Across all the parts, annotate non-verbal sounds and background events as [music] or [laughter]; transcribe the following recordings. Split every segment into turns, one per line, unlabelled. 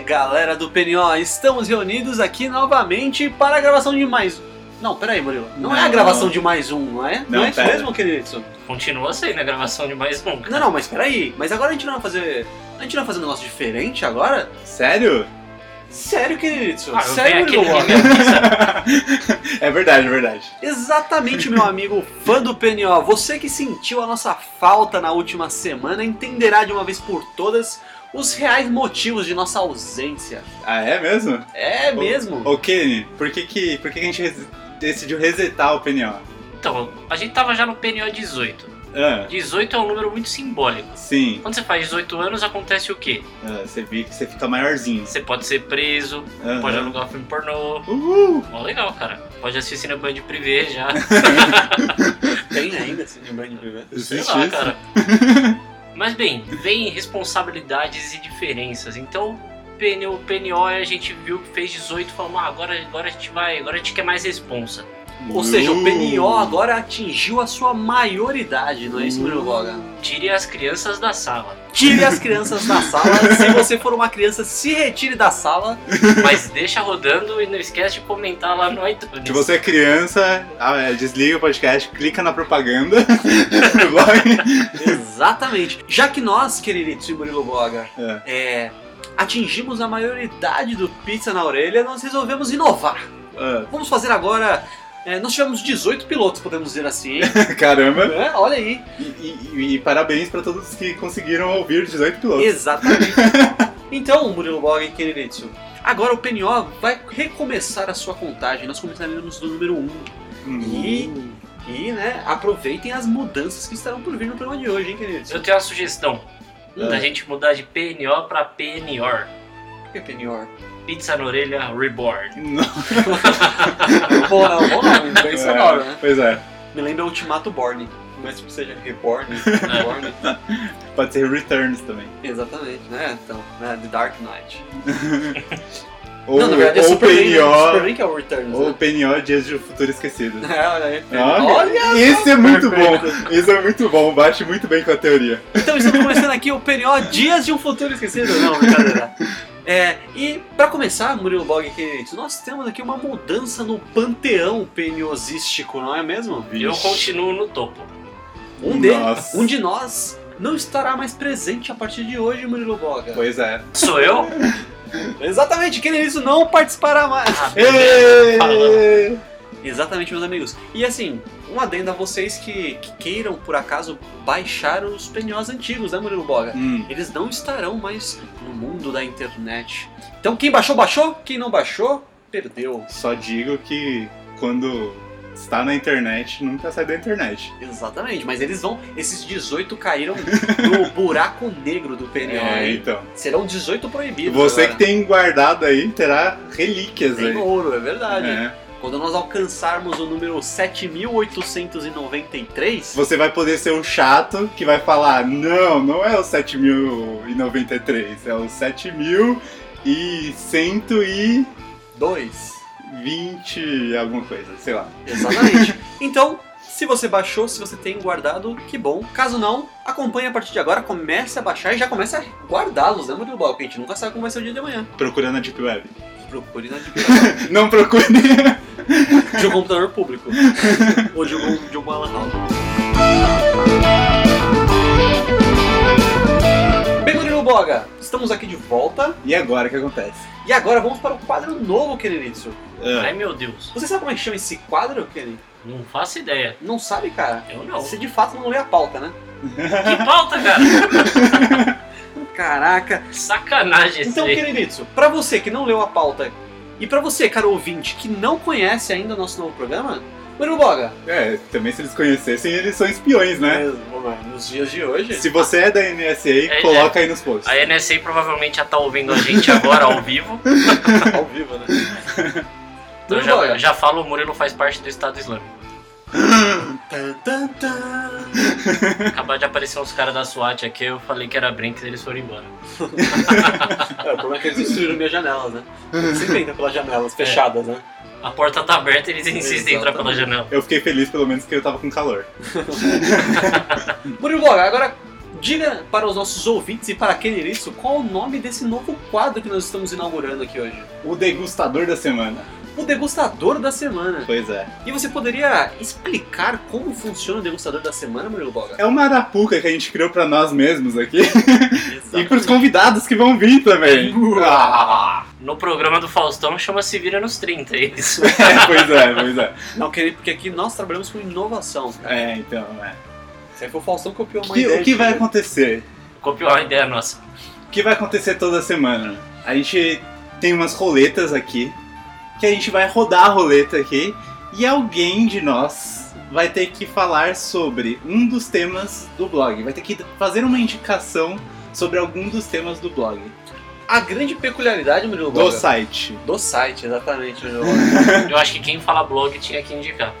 galera do PNO, estamos reunidos aqui novamente para a gravação de mais. um. Não, peraí, Murilo. Não, é a
Não.
gravação de mais um, não é?
Não,
é isso
pera.
mesmo, querido?
Continua saindo a gravação de mais um.
Não, não, mas peraí. Mas agora a gente não vai fazer. A gente não vai fazer um negócio diferente agora? [laughs]
Sério?
Sério, querido?
Ah, eu
Sério,
venho aqui
Murilo
ninguém
Walker?
me avisa.
é verdade, é verdade.
[laughs] Exatamente, meu amigo fã do PNO. Você que sentiu a nossa falta na última semana entenderá de uma vez por todas os reais motivos de nossa ausência.
Ah, é mesmo?
É
Ô,
mesmo?
Ô, Kenny, por que que, por que, que a gente res- decidiu resetar o PNO?
Então, a gente tava já no PNO 18.
Ah,
18 é um número muito simbólico.
sim.
Quando você faz 18 anos, acontece o quê?
Ah, você vi que você fica maiorzinho.
Você pode ser preso,
Aham.
pode alugar filme pornô.
Uhul!
Mó legal, cara. Pode assistir na Band Privé
[laughs]
já.
oh.
Tem ainda esse de Brand Privé.
Sei
Existe
lá,
isso? [laughs]
cara. Mas bem, vem responsabilidades e diferenças. Então, PNO, PNO a gente viu que fez 18 e falou, ah, agora, agora a gente vai, agora a gente quer mais responsa.
Ou seja, o
Uh.
PNO agora atingiu a sua maioridade, não é isso,
Uh.
Murilo Goga?
Tire as crianças da sala.
Tire as crianças da sala.
[laughs]
Se você for uma criança, se retire da sala.
Mas deixa rodando e não esquece de comentar lá no iTunes.
Se você é criança, ah, é, desliga o podcast, clica na propaganda. [laughs] Vai.
Exatamente. Já que nós, queridos e Murilo Goga,
É.
é, atingimos a maioridade do Pizza na Orelha, nós resolvemos inovar.
Ah,
Vamos fazer agora. é, nós tivemos 18 pilotos, podemos dizer assim.
[laughs]
hein?
caramba.
É, olha aí.
E, e- e parabéns pra todos que conseguiram ouvir 18 pilotos.
Exatamente. [laughs] Então, Murilo Borg e Kenneritsu, agora o PNO vai recomeçar a sua contagem. Nós começaremos do número 1.
Hum.
E, né, aproveitem as mudanças que estarão por vir no programa de hoje, hein, É. Kenneritsu?
Eu tenho uma sugestão
Ah.
da gente mudar de PNO pra PNOR.
Por que [laughs] PNO?
Pizza na orelha reborn.
Não,
Pô, é um bom nome,
[laughs]
bem sonoro, né?
Pois é,
Me lembra Ultimato Born. Mas tipo, seja
[laughs]
Reborn,
É.
Reborn.
pode ser Returns também.
Exatamente, né? Então, né? The Dark Knight.
Ou,
Não, na verdade é
ou
Superman, né?
PNO,
Superman que é o Returns,
ou
né?
PNO Dias de Futuro
[laughs]
Esquecido.
É, [laughs] olha aí.
Olha, esse é muito bom. Esse é muito bom, bate muito bem com a teoria.
Então estamos começando aqui o PNO Dias de um Futuro Esquecido. Não, brincadeira. É, e pra começar, Murilo Bog, queridos, nós temos aqui uma mudança no panteão peniosístico, não é mesmo?
Eu continuo no topo.
Um deles,
Nossa.
um de nós, não estará mais presente a partir de hoje, Murilo Boga.
Pois é.
Sou eu?
Exatamente, querido, isso não participará mais.
[laughs]
Ah,
Ê!
Exatamente, meus amigos. E assim, um adendo a vocês que, que queiram, por acaso, baixar os PNOs antigos, né, Murilo Boga?
Hum,
eles não estarão mais no mundo da internet. Então quem baixou, baixou, quem não baixou, perdeu.
só digo que quando está na internet, nunca sai da internet.
Exatamente, mas eles vão. Esses 18 caíram
[laughs]
no buraco negro do PNO.
É,
hein?
então.
Serão 18 proibidos.
Você
agora.
que tem guardado aí terá relíquias
né? Tem
aí.
ouro, é verdade.
É.
Quando nós alcançarmos o número 7893,
Você vai poder ser o chato que vai falar: não, não é o 7093, é o 7120
2.
e alguma coisa, sei lá.
Exatamente. [laughs] então, se você baixou, se você tem guardado, que bom. Caso não, acompanhe a partir de agora, comece a baixar e já comece a guardá-los, né, Murilo Boga? Porque a gente nunca sabe como vai ser o dia de amanhã.
Procurando a Deep Web.
Procure na de
Não procure. [laughs]
um computador [laughs] público. Ou de, um, de uma lan house. Bem, Murilo Boga, estamos aqui de volta.
E agora o que acontece?
E agora vamos para o quadro novo, Kenenitsu.
Ah,
Ai meu Deus,
Você sabe como é que chama esse quadro, Kenny?
não faço ideia.
Não sabe, cara?
Eu
[laughs]
não.
Você de fato não lê a pauta, né?
Que pauta, cara!
Caraca.
Sacanagem isso
Então,
aí.
Kenenitsu, pra você que não leu a pauta e pra você, cara ouvinte, que não conhece ainda o nosso novo programa, Murilo Boga.
é, também se eles conhecessem, eles são espiões, né?
Nos dias de hoje...
Se você é da NSA,
É,
coloca aí nos posts. [laughs]
A NSA provavelmente já tá ouvindo a gente agora ao vivo.
ao vivo, [laughs] né?
Então
Murilo
já,
Boga.
já falo, o Murilo faz parte do Estado Islâmico.
Tan, tan, tan.
Acabar de aparecer uns caras da SWAT aqui, eu falei que era brinks, eles foram embora.
É, o problema é que eles destruíram minhas janelas, né? Sempre entra pelas
[laughs] É.
janelas fechadas, né?
A porta tá aberta eles insistem em entrar pela
Exatamente.
janela.
Eu fiquei feliz, pelo menos, que eu tava com calor.
Murilo Boga, agora diga para os nossos ouvintes e para quem isso qual o nome desse novo quadro que nós estamos inaugurando aqui hoje.
O degustador da semana.
O degustador da semana.
Pois é.
E você poderia explicar como funciona o degustador da semana, Murilo Boga?
É uma arapuca que a gente criou pra nós mesmos aqui [laughs] e pros
Exatamente.
convidados que vão vir também. Ah, [laughs]
No programa do Faustão chama-se Vira nos 30, é isso. [laughs]
pois é, pois é.
Não, querido, porque aqui nós trabalhamos com inovação. Cara.
É, então, é.
Se é que o Faustão copiou uma
Que-
ideia
o que
de-
vai acontecer?
Copiou a ideia nossa.
O que vai acontecer toda semana? A gente tem umas roletas aqui, que a gente vai rodar a roleta aqui, e alguém de nós vai ter que falar sobre um dos temas do blog. Vai ter que fazer uma indicação sobre algum dos temas do blog.
A grande peculiaridade, Murilo
Do
Boga...
[laughs] site.
Do site, exatamente, Murilo
[laughs]
Boga.
Eu acho que quem fala blog tinha que indicar.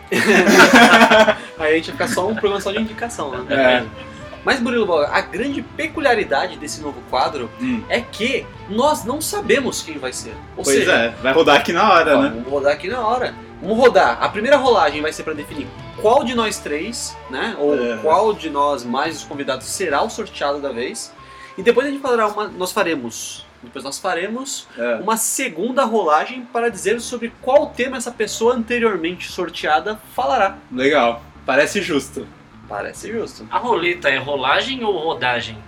Aí a gente fica só um programa só de indicação, né?
É.
Mas, Murilo Boga, a grande peculiaridade desse novo quadro
Hum.
é que nós não sabemos quem vai ser. Ou
[laughs] Pois
seja,
é, vai rodar aqui na hora,
ó,
né?
vamos rodar aqui na hora. Vamos rodar. A primeira rolagem vai ser para definir qual de nós três, né? Ou
É.
qual de nós mais os convidados será o sorteado da vez. E depois a gente fará uma. Nós faremos. Depois nós faremos
É.
uma segunda rolagem para dizer sobre qual tema essa pessoa anteriormente sorteada falará.
Legal. Parece justo.
Parece justo.
A roleta é rolagem ou rodagem?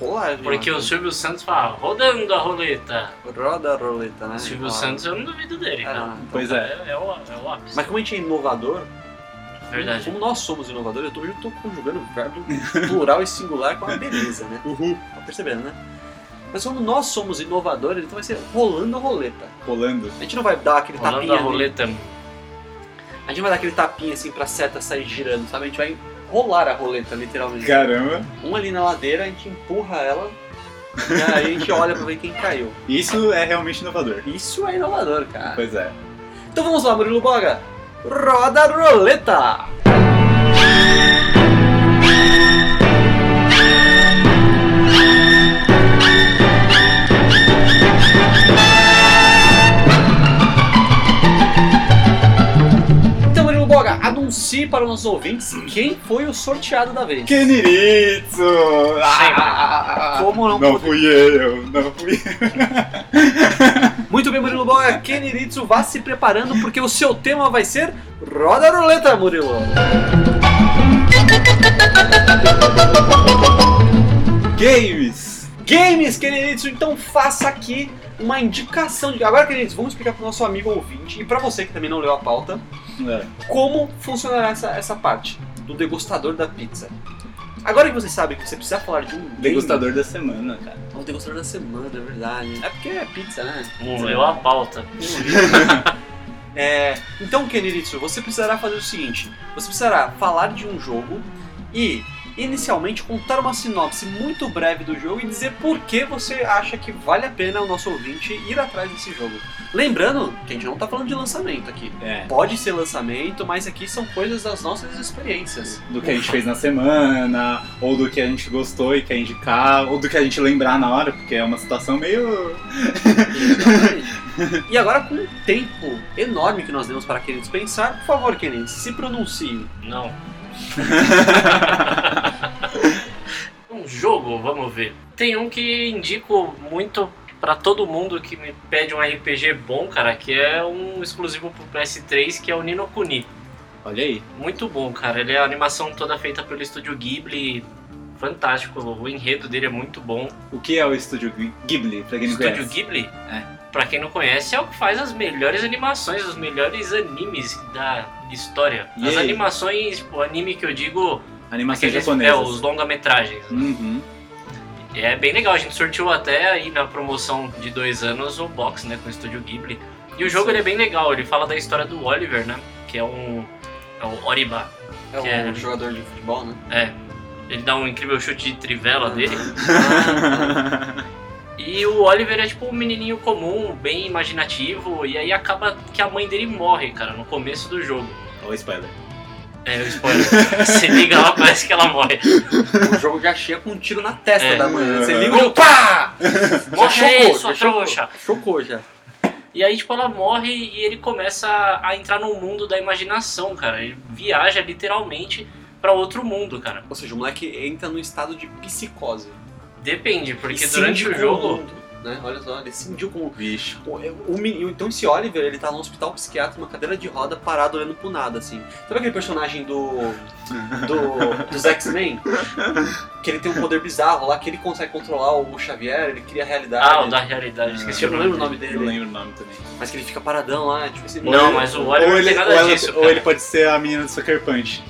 Rolagem.
Porque o
mano.
Silvio Santos fala, rodando a roleta.
Roda a roleta, né?
O Silvio
Roda.
Santos eu não duvido dele.
Ah,
cara.
então.
Pois é.
É, é o, é o ápice.
Mas como a gente é inovador,
Verdade.
Como nós somos inovadores, eu tô, eu tô conjugando verbo plural e singular com uma beleza, né?
Uhul.
Tá percebendo, né? Mas como nós somos inovadores, então vai ser rolando a roleta.
Rolando.
A gente não vai dar aquele
Rolando
tapinha. né?
a roleta.
A gente vai dar aquele tapinha assim pra seta sair girando, sabe? A gente vai rolar a roleta, literalmente.
Caramba.
Um ali na ladeira, a gente empurra ela e aí a gente olha pra ver quem caiu.
Isso é realmente inovador.
Isso é inovador, cara.
Pois é.
Então vamos lá, Murilo Boga. Roda a roleta! Então, Murilo Boga, anuncie para os nossos ouvintes quem foi o sorteado da vez.
Keniritsu! Ah,
Como não?
Não fui eu, não fui eu.
Muito bem, Murilo Boga, Keniritsu, vá se preparando porque o seu tema vai ser Roda a Roleta, Murilo.
Games!
Games, Keniritsu, então faça aqui uma indicação de. Agora, Keniritsu, vamos explicar para o nosso amigo ouvinte e para você que também não leu a pauta
É,
como funcionará essa, essa parte do degustador da pizza. Agora que você sabe que você precisa falar de um game-
Degustador da semana, cara.
É um degustador da semana, é verdade. É porque é pizza, né?
Não leu a pauta.
É, então, Keniritsu, você precisará fazer o seguinte: você precisará falar de um jogo e, inicialmente, contar uma sinopse muito breve do jogo e dizer por que você acha que vale a pena o nosso ouvinte ir atrás desse jogo. Lembrando que a gente não está falando de lançamento aqui.
É.
Pode ser lançamento, mas aqui são coisas das nossas experiências.
Do que a gente fez na semana, ou do que a gente gostou e quer indicar, ou do que a gente lembrar na hora, porque é uma situação meio.
Exatamente. e agora, com o tempo enorme que nós demos para Keniritsu pensar, por favor, Keniritsu, se pronuncie.
Não. um jogo, vamos ver. Tem um que indico muito pra todo mundo que me pede um RPG bom, cara, que é um exclusivo pro PS3, que é o Nino Kuni.
[laughs] Olha aí.
Muito bom, cara. Ele é a animação toda feita pelo estúdio Ghibli. Fantástico, o enredo dele é muito bom.
O que é o Estúdio Ghi- Ghibli, pra quem não
Estúdio
conhece? É.
Ghibli, pra quem não conhece, é o que faz as melhores animações, os melhores animes da história.
E
as
aí?
animações, o anime que eu digo,
Animação
aqueles-
japonesa.
é, os longa-metragens.
Uhum. [laughs]
É bem legal, a gente sortiu até aí na promoção de dois anos o box, né, com o estúdio Ghibli. E o jogo
Sim.
ele é bem legal, ele fala da história do Oliver, né, que é um. é o Oriba.
É um
Quero.
jogador de futebol, né?
É. Ele dá um incrível chute de
Uhum.
trivela
[laughs]
dele. E o Oliver é tipo um menininho comum, bem imaginativo, e aí acaba que a mãe dele morre, cara, no começo do jogo.
Ó, o spoiler.
É, o spoiler. Se liga lá, parece que ela morre.
O jogo já chega com um tiro na testa
É.
da manhã. Você
Uhum.
liga e eu, pá!
Morre
Já
aí,
chocou,
sua
já chocou.
trouxa.
Chocou já.
E aí, tipo, ela morre e ele começa a entrar no mundo da imaginação, cara. Ele viaja literalmente pra outro mundo, cara.
Ou seja, o moleque entra num estado de psicose.
Depende, porque
E
durante
cindiu
o
com
jogo.
mundo, né? Olha só, ele cindiu com o
Bicho.
o- o meni- então esse Oliver, ele tá no hospital psiquiátrico, numa cadeira de roda, parado olhando pro nada, assim. Sabe aquele personagem do. do dos X-Men? Que ele tem um poder bizarro lá, que ele consegue controlar o Xavier, ele cria a realidade.
Ah, o da realidade, esqueci
eu
o
não
nome.
lembro o nome dele.
Não lembro o nome também.
Mas que ele fica paradão lá, tipo assim.
Não, mas o Oliver
ou
não
ele,
tem nada
ou ela-
disso.
ou
cara.
ele pode ser a menina do Sucker Punch.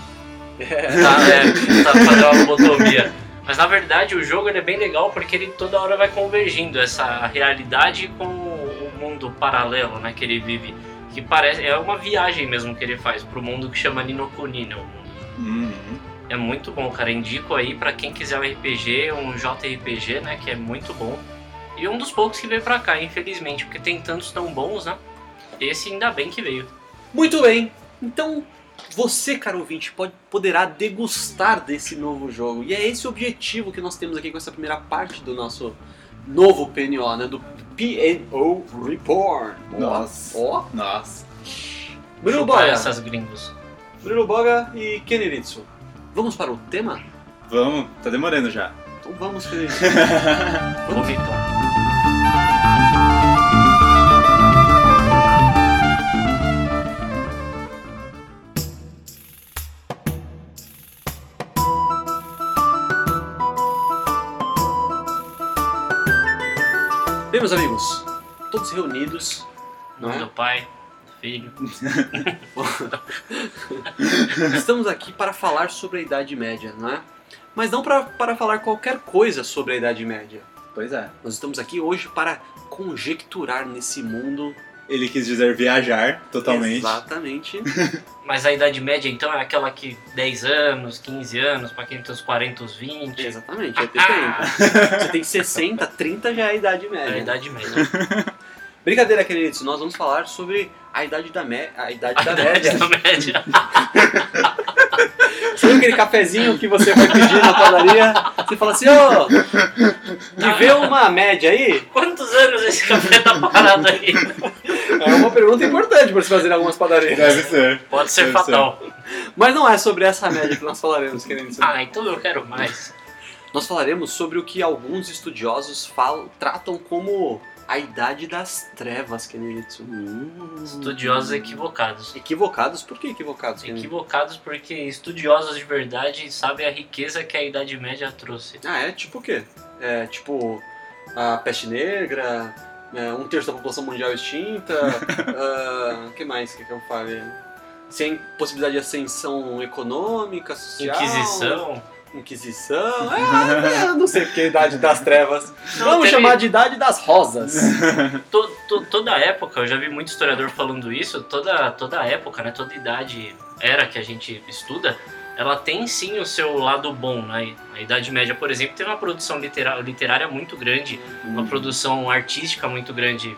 tá,
[laughs]
é, tá fazendo uma lobotomia. Mas na verdade o jogo ele é bem legal porque ele toda hora vai convergindo essa realidade com o mundo paralelo né, que ele vive. Que parece. É uma viagem mesmo que ele faz pro mundo que chama Ninokuni, né? o mundo.
Uhum.
É muito bom, cara. Indico aí pra quem quiser um RPG, um JRPG, né? Que é muito bom. E um dos poucos que veio pra cá, infelizmente, porque tem tantos tão bons, né? Esse ainda bem que veio.
Muito bem, então você, caro ouvinte, pode, poderá degustar desse novo jogo. E é esse o objetivo que nós temos aqui com essa primeira parte do nosso novo PNO, né? Do PNO Reborn. Ó,
Nossa.
Ó.
Nossa.
Bruno
Chupa
Boga.
essas gringos.
Bruno Boga e Keniritsu. Vamos para o tema?
Vamos, tá demorando já.
Então vamos, Keniritsu.
Vomitam.
bem, meus amigos, todos reunidos, não
Nome do
é?
pai, do filho.
Estamos aqui para falar sobre a Idade Média, não é? Mas não pra- para falar qualquer coisa sobre a Idade Média.
Pois é.
Nós estamos aqui hoje para conjecturar nesse mundo.
Ele quis dizer viajar totalmente.
Exatamente.
Mas a idade média, então, é aquela que 10 anos, 15 anos, pra quem tem os 40, os 20.
Exatamente, é tempo. Você tem 60, 30 já é a Idade
É
Média.
a idade média.
Brincadeira, queridos, nós vamos falar sobre a Idade da, mé a idade
A
da
idade
Média.
da média.
Sabe aquele cafezinho que você vai pedir na padaria? Você fala assim, ô, me vê uma média aí?
Quantos anos esse café tá parado aí?
É uma pergunta importante para se fazer em algumas padarias.
Deve ser.
Pode ser
Deve
fatal.
Mas não é sobre essa média que nós falaremos, queridos.
Ah, então eu quero mais.
Nós falaremos sobre o que alguns estudiosos falam, tratam como a idade das trevas, queridos.
Uh.
Estudiosos equivocados.
Equivocados? Por que equivocados, Kenenitsu?
Equivocados porque estudiosos de verdade sabem a riqueza que a idade média trouxe.
Ah, é tipo o quê? É tipo a peste negra, é, um terço da população mundial
[laughs]
extinta, ah, o que mais que que eu falei? Sem possibilidade de ascensão econômica, social.
Inquisição.
Inquisição. Ah, eu não sei porque é a idade das trevas. Vamos
teve- É.
chamar de idade das
[laughs]
rosas.
To- to- toda época, eu já vi muito historiador falando isso, toda, toda época, né, toda idade, era que a gente estuda, ela tem sim o seu lado bom, né? A Idade Média, por exemplo, teve uma produção litera- literária muito grande, uma produção artística muito grande.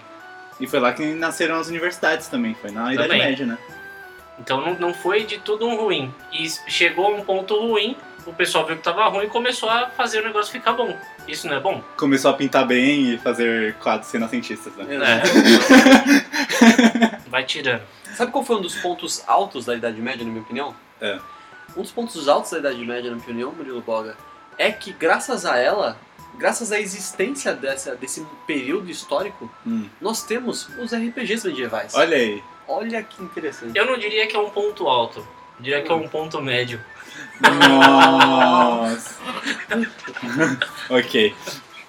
E foi lá que nasceram as universidades também, foi na Idade
Também.
Média, né?
Então não, não foi de tudo um ruim. E s- chegou a um ponto ruim, o pessoal viu que tava ruim e começou a fazer o negócio ficar bom. Isso não é bom?
Começou a pintar bem e fazer quadros renascentistas, né?
É.
Vai tirando.
Sabe qual foi um dos pontos altos da Idade Média, na minha opinião?
É.
Um dos pontos altos da Idade Média, na minha opinião, Murilo Boga, é que graças a ela, graças à existência dessa, desse período histórico,
Hum.
nós temos os RPGs medievais.
Olha [laughs] aí.
Olha que interessante.
Eu não diria que é um ponto alto, eu diria que é um ponto médio.
Nossa. [laughs] ok.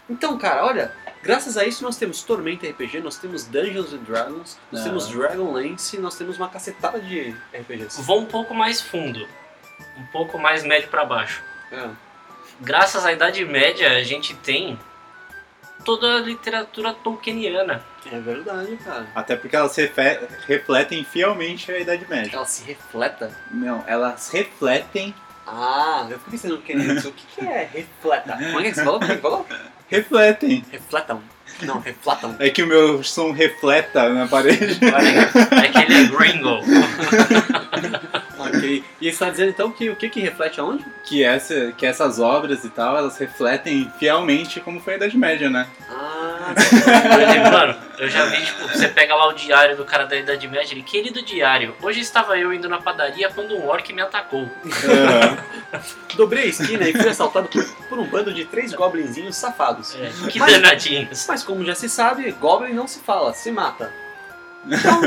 Então, cara, olha, graças a isso nós temos Tormenta RPG, nós temos Dungeons and Dragons, nós
Ah.
temos Dragonlance, nós temos uma cacetada de RPGs.
Vou um pouco mais fundo, um pouco mais médio pra baixo.
É.
Graças à Idade Média, a gente tem toda a literatura tolkieniana. [laughs]
É verdade, cara.
Até porque elas refe- refletem fielmente a Idade Média.
Ela se refleta.
Não, elas refletem.
Ah, eu fiquei pensando que isso. O que, que é refleta? Como é que você falou? Como é que falou?
Refletem.
Refletam. Não, reflatam.
É que o meu som refleta na parede.
É que ele é gringo.
ok. E você está dizendo então que o que, que reflete aonde?
Que, essa, que essas obras e tal, elas refletem fielmente como foi a Idade Média, né?
Ah,
Por exemplo, Mano, Eu já vi, tipo, você pega lá o diário do cara da Idade Média, ele, querido diário, hoje estava eu indo na padaria quando um orc me atacou.
Aham.
Dobrei a esquina e fui assaltado por, por um bando de três goblinzinhos safados.
É, que
Mas-
danadinhos.
Mas como já se sabe, Goblin não se fala, se mata. Então,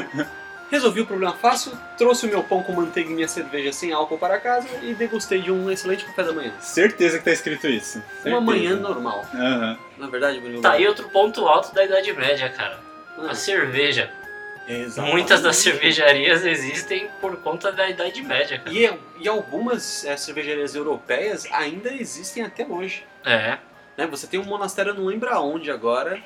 resolvi o problema fácil, trouxe o meu pão com manteiga e minha cerveja sem álcool para casa e degustei de um excelente café da manhã.
[laughs] Certeza que tá escrito isso. Certeza.
Uma manhã normal.
Aham.
Na verdade, Bruno.
Tá aí outro ponto alto da Idade Média, cara.
Ah,
A cerveja.
exatamente.
Muitas das cervejarias existem por conta da Idade Média, cara.
E, e algumas eh, cervejarias europeias ainda existem até hoje.
É.
né? Você tem um monastério, eu não lembro aonde agora,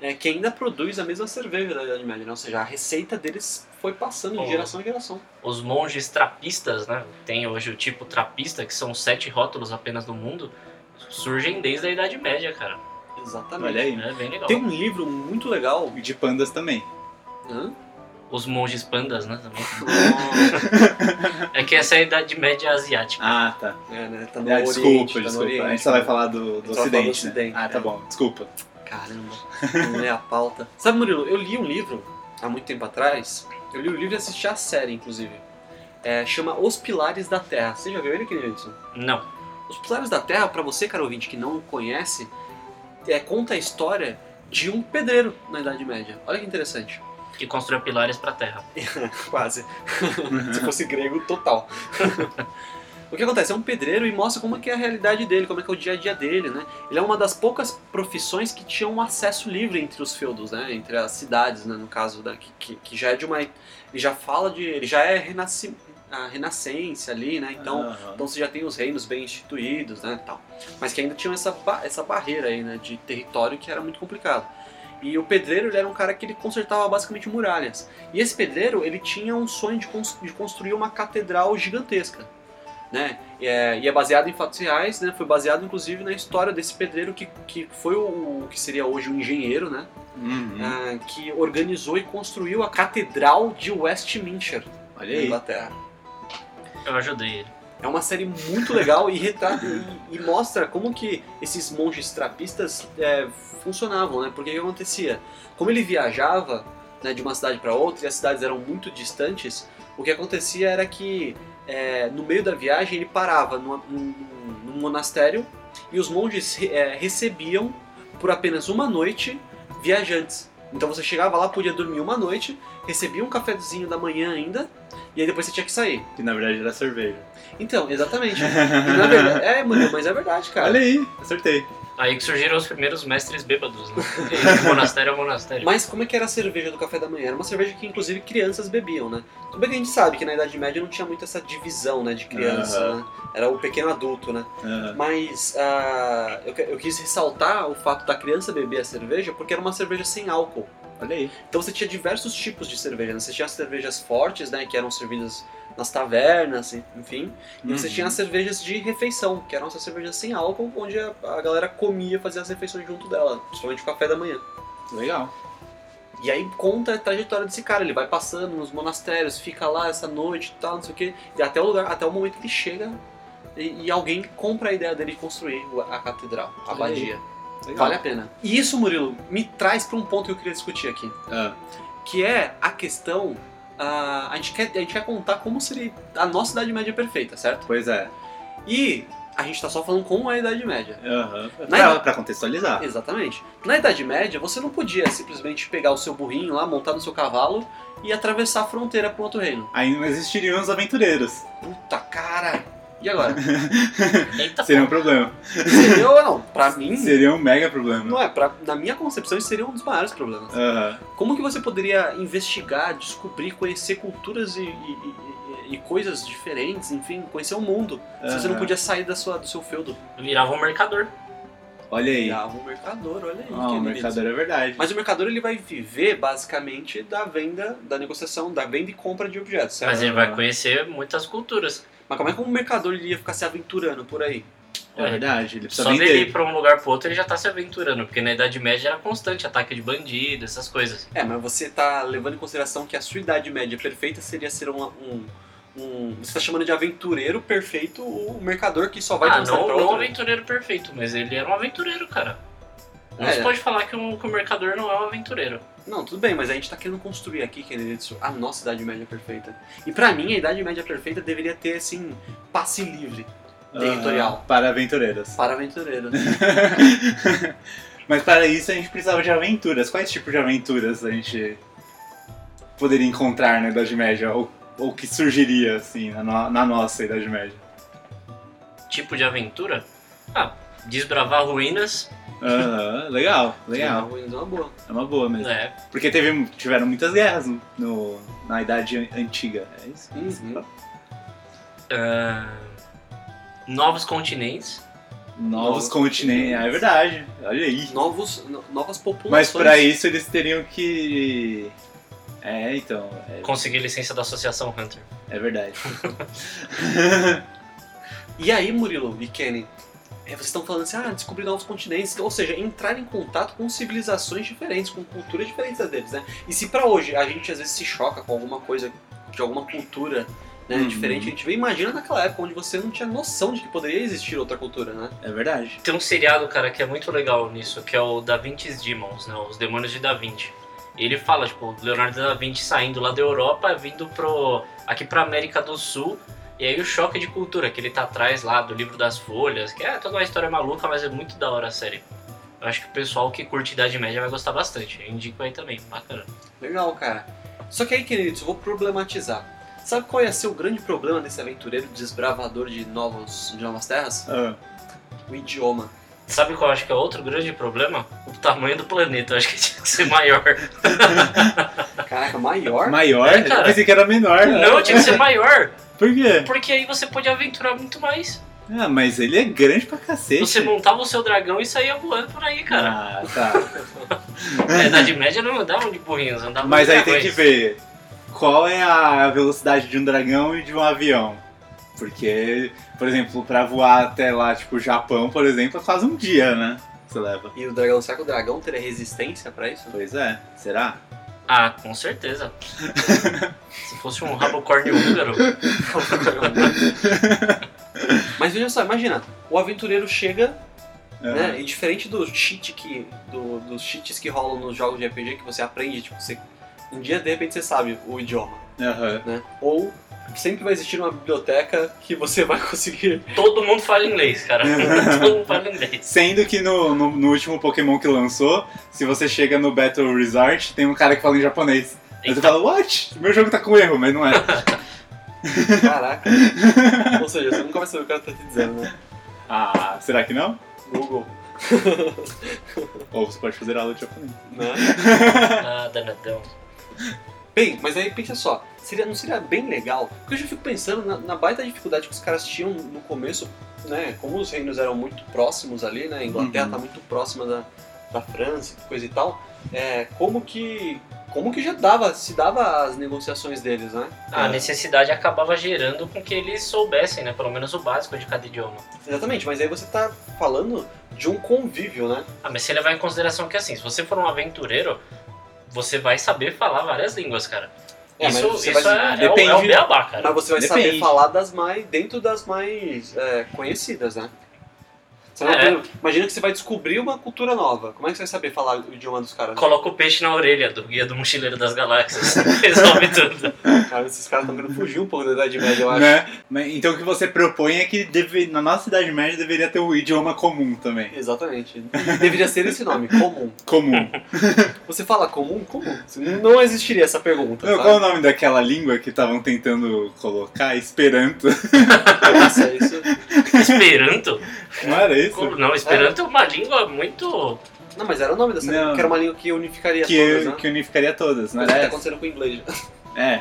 eh, que ainda produz a mesma cerveja da Idade Média. né? Ou seja, a receita deles foi passando
Oh.
Pô.
de geração em geração.
Os monges trapistas, né? Tem hoje o tipo trapista, que são sete rótulos apenas no mundo, surgem desde a Idade Média, cara.
Exatamente.
Olha aí.
É bem legal.
Tem um livro muito legal.
E de pandas também. [laughs]
Hã?
Os monges pandas, né? Também. É que essa é a Idade Média asiática.
Ah, tá.
É, né? Tá no
Ah,
Oriente,
desculpa,
tá no
desculpa.
Oriente.
a gente só vai falar do, do
gente só
ocidente,
fala do Ocidente,
né? Ah, tá
é.
bom. Desculpa.
Caramba, não é a pauta. Sabe, Murilo, eu li um livro há muito tempo atrás. Eu li o livro e assisti a série, inclusive. É, chama Os Pilares da Terra. Você já viu ele, Kenilson?
Não.
Os Pilares da Terra, pra você, cara ouvinte, que não conhece, é, conta a história de um pedreiro na Idade Média. Olha que interessante. [laughs]
Que construiu pilares pra terra.
Quase. [laughs] Se fosse grego, total. [laughs] o que acontece? É um pedreiro e mostra como é que é a realidade dele, como é que é o dia a dia dele, né? Ele é uma das poucas profissões que tinham um acesso livre entre os feudos, né? Entre as cidades, né? No caso, da, que, que- que já é de uma... Ele já fala de... Ele já é renasci, a renascença ali, né? Então,
Aham.
então você já tem os reinos bem instituídos, né, tal. Mas que ainda tinham essa, ba- essa barreira aí, né, de território que era muito complicado. E o pedreiro, ele era um cara que ele consertava basicamente muralhas. E esse pedreiro, ele tinha um sonho de, cons- de construir uma catedral gigantesca, né? E é, e é baseado em fatos reais, né? Foi baseado, inclusive, na história desse pedreiro que, que foi o, o que seria hoje um engenheiro, né?
Uhum.
Ah, que organizou e construiu a catedral de Westminster,
Olha
na
aí.
Inglaterra.
Eu ajudei ele.
É uma série muito legal e retrata e, e mostra como que esses monges trapistas é, funcionavam, né? Porque o que acontecia? Como ele viajava né, de uma cidade para outra e as cidades eram muito distantes, o que acontecia era que é, no meio da viagem ele parava numa- num, num monastério e os monges re- é, recebiam por apenas uma noite viajantes. Então você chegava lá, podia dormir uma noite, recebia um cafezinho da manhã ainda, e aí depois você tinha que sair.
Que na verdade era cerveja.
Então, exatamente. [laughs] Na verdade- é, mano, mas é verdade, cara.
[laughs] Olha aí, acertei.
Aí que surgiram os primeiros mestres bêbados, né? Porque monastério é monastério.
Mas como é que era a cerveja do café da manhã? Era uma cerveja que inclusive crianças bebiam, né? Tudo bem que a gente sabe que na Idade Média não tinha muito essa divisão, né, de criança,
Aham.
né? Era o pequeno adulto, né?
Aham.
Mas ah, eu, que- eu quis ressaltar o fato da criança beber a cerveja porque era uma cerveja sem álcool.
Olha aí.
Então você tinha diversos tipos de cerveja, né? Você tinha as cervejas fortes, né, que eram servidas nas tavernas, enfim. E você
Uhum.
tinha as cervejas de refeição, que eram essas cervejas sem álcool, onde a, a galera comia, fazia as refeições junto dela, principalmente o café da manhã.
Legal.
E aí conta a trajetória desse cara, ele vai passando nos monastérios, fica lá essa noite e tal, não sei o quê, e até o lugar, até o momento que ele chega e, e alguém compra a ideia dele de construir o- a catedral, a
Olha
abadia.
Legal.
Vale a pena. E isso, Murilo, me traz para um ponto que eu queria discutir aqui
Ah,
que é a questão. ah, a, gente quer, a gente quer contar como seria a nossa Idade Média perfeita, certo?
pois é.
E a gente tá só falando como é a Idade Média.
Aham. Pra,
Mas-
pra contextualizar.
Exatamente. Na Idade Média, você não podia simplesmente pegar o seu burrinho lá, montar no seu cavalo e atravessar a fronteira pro outro reino.
Aí não existiriam os aventureiros.
Puta cara! E agora?
Eita,
Seria um problema.
Seria ou não? Pra mim,
Seria um mega problema.
não é. Pra, na minha concepção, isso seria um dos maiores problemas.
Aham.
Como que você poderia investigar, descobrir, conhecer culturas e, e- e- e- e coisas diferentes, enfim, conhecer o mundo? Se você não
Aham.
podia sair da sua, do seu feudo.
pô, virava um mercador.
Olha aí.
Virava um mercador, olha aí.
Ah,
que
o
lindo.
mercador é verdade.
Mas o mercador ele vai viver basicamente da venda, da negociação, da venda e compra de objetos, certo?
Mas é- ele vai conhecer muitas culturas.
Mas como é que um mercador ele ia ficar se aventurando por aí?
É verdade, ele precisa
Só dele ir
vender.
pra um lugar pro outro, ele já tá se aventurando. Porque na Idade Média era constante ataque de bandido, essas coisas.
É, mas você tá levando em consideração que a sua idade média perfeita seria ser um. um- um- você tá chamando de aventureiro perfeito o mercador que só vai
ah,
de um lugar
não,
pra
não um
outro.
aventureiro perfeito, mas ele era um aventureiro, cara. Não
É.
se pode falar que, um, que o mercador não é um aventureiro.
Não, tudo bem, mas a gente tá querendo construir aqui, Kenedetsu, a nossa Idade Média Perfeita. E pra mim, a Idade Média Perfeita deveria ter, assim, passe livre Territorial.
Ah, para aventureiras.
para né? aventureiros.
[laughs] Mas para isso a gente precisava de aventuras. Quais tipos de aventuras a gente poderia encontrar na Idade Média? Ou, ou que surgiria, assim, na, no- na nossa Idade Média?
Tipo de aventura? Ah, desbravar ruínas,
Ah, legal,
Uma
legal.
ruim, Tipo, uma boa.
É uma boa mesmo.
né?
Porque teve, tiveram muitas guerras no- no- na Idade An- Antiga, é isso?
Uhum.
ah, novos continentes.
Novos
Novos
continentes,
continentes.
é verdade, olha aí.
Novos, no- novas
Mas
populações.
para isso eles teriam que... É, então, é,
Conseguir licença da Associação Hunter.
é verdade.
E aí, Murilo e Kenny, é, vocês estão falando assim, ah, descobrir novos continentes, ou seja, entrar em contato com civilizações diferentes, com culturas diferentes das deles, né? E se pra hoje a gente às vezes se choca com alguma coisa, de alguma cultura né,
Uhum.
diferente, a gente vê, imagina naquela época onde você não tinha noção de que poderia existir outra cultura, né?
É verdade.
Tem um seriado, cara, que é muito legal nisso, que é o Da Vinci's Demons, né? Os Demônios de Da Vinci. E ele fala, tipo, o Leonardo da Vinci saindo lá da Europa, vindo pro, aqui pra América do Sul. E aí o choque de cultura, que ele tá atrás lá do livro das folhas, que é toda uma história maluca, mas é muito da hora a série. Eu acho que o pessoal que curte Idade Média vai gostar bastante. Eu indico aí também, bacana.
Legal, cara. Só que aí, queridos, eu vou problematizar. Sabe qual ia ser o grande problema desse aventureiro desbravador de, novos, de novas terras?
Ah,
O idioma.
Sabe qual eu acho que é outro grande problema? O tamanho do planeta. Eu acho que tinha que ser maior.
Caraca, maior?
Ah, maior?
É, cara.
Eu pensei que era menor. né?
Não, tipo- tinha que ser maior.
Por quê?
Porque aí você pode aventurar muito mais.
Ah, mas ele é grande pra cacete.
Você montava o seu dragão e saía voando por aí, cara.
Ah, tá.
Na Idade Média não andavam de burrinhos, andavam
Mas
de
aí tem
dragões.
que ver qual é a velocidade de um dragão e de um avião. Porque, por exemplo, pra voar até lá, tipo, Japão, por exemplo, é quase um dia, né? Você leva.
E o dragão, será que o dragão teria resistência pra [laughs] isso?
Pois é, será?
Ah, com certeza. Se fosse um rabocórnio húngaro,
Mas veja só, imagina, o aventureiro chega,
É.
né? E diferente do cheat que. do- dos cheats que rolam nos jogos de RPG que você aprende, tipo, você. Um dia de repente você sabe o idioma,
Aham.
né? Ou sempre vai existir uma biblioteca que você vai [laughs] conseguir.
todo mundo fala inglês, cara.
É.
[laughs] todo mundo fala inglês.
Sendo que no, no- no último Pokémon que lançou, se você chega no Battle Resort, tem um cara que fala em japonês. Aí você
Eita.
fala, what? Meu jogo tá com erro, mas não é. [laughs]
Caraca! Ou seja, você nunca vai saber o que ela tá te dizendo, né?
ah, será que não?
Google,
Ou você pode fazer aula de japonês.
né?
Ah, danadão.
Bem, mas aí pensa só, seria, não seria bem legal? Porque eu já fico pensando na, na baita dificuldade que os caras tinham no começo, né? Como os reinos eram muito próximos ali, né? A Inglaterra
Uhum.
tá muito próxima da, da França e coisa e tal. É, como que. Como que já dava, se dava as negociações deles, né?
A necessidade acabava gerando com que eles soubessem, né? Pelo menos o básico de cada idioma.
Exatamente, mas aí você tá falando de um convívio, né?
Ah, mas se levar em consideração que assim, se você for um aventureiro, você vai saber falar várias línguas, cara.
É, mas
isso
você
isso
vai-
é, é, o, é o
depende-
beabá, cara.
Mas você vai saber
Depende.
falar das mais. dentro das mais é, conhecidas, né? Você não-
É.
Imagina que você vai descobrir uma cultura nova. Como é que você vai saber falar o idioma dos caras?
Coloca o peixe na orelha do guia do mochileiro das galáxias. [laughs] Resolve tudo.
Cara, esses caras estão querendo fugir um pouco da Idade Média, eu acho.
Né? Mas, então o que você propõe é que deve- na nossa Idade Média deveria ter um idioma comum também.
Exatamente. Deveria ser esse nome, comum. [laughs]
Comum.
Tá Você fala comum? Comum. Não existiria essa pergunta.
Não,
sabe?
qual é o nome daquela língua que estavam tentando colocar? Esperanto.
Nossa, isso.
Esperanto?
Não era isso?
Como Não, Esperanto é uma língua muito.
Não, mas era o nome dessa
Não.
língua, que era uma língua que unificaria todas,
Que,
né?
que unificaria todas, não
Mas o que tá
era essa?
acontecendo com o
[laughs]
inglês.
É.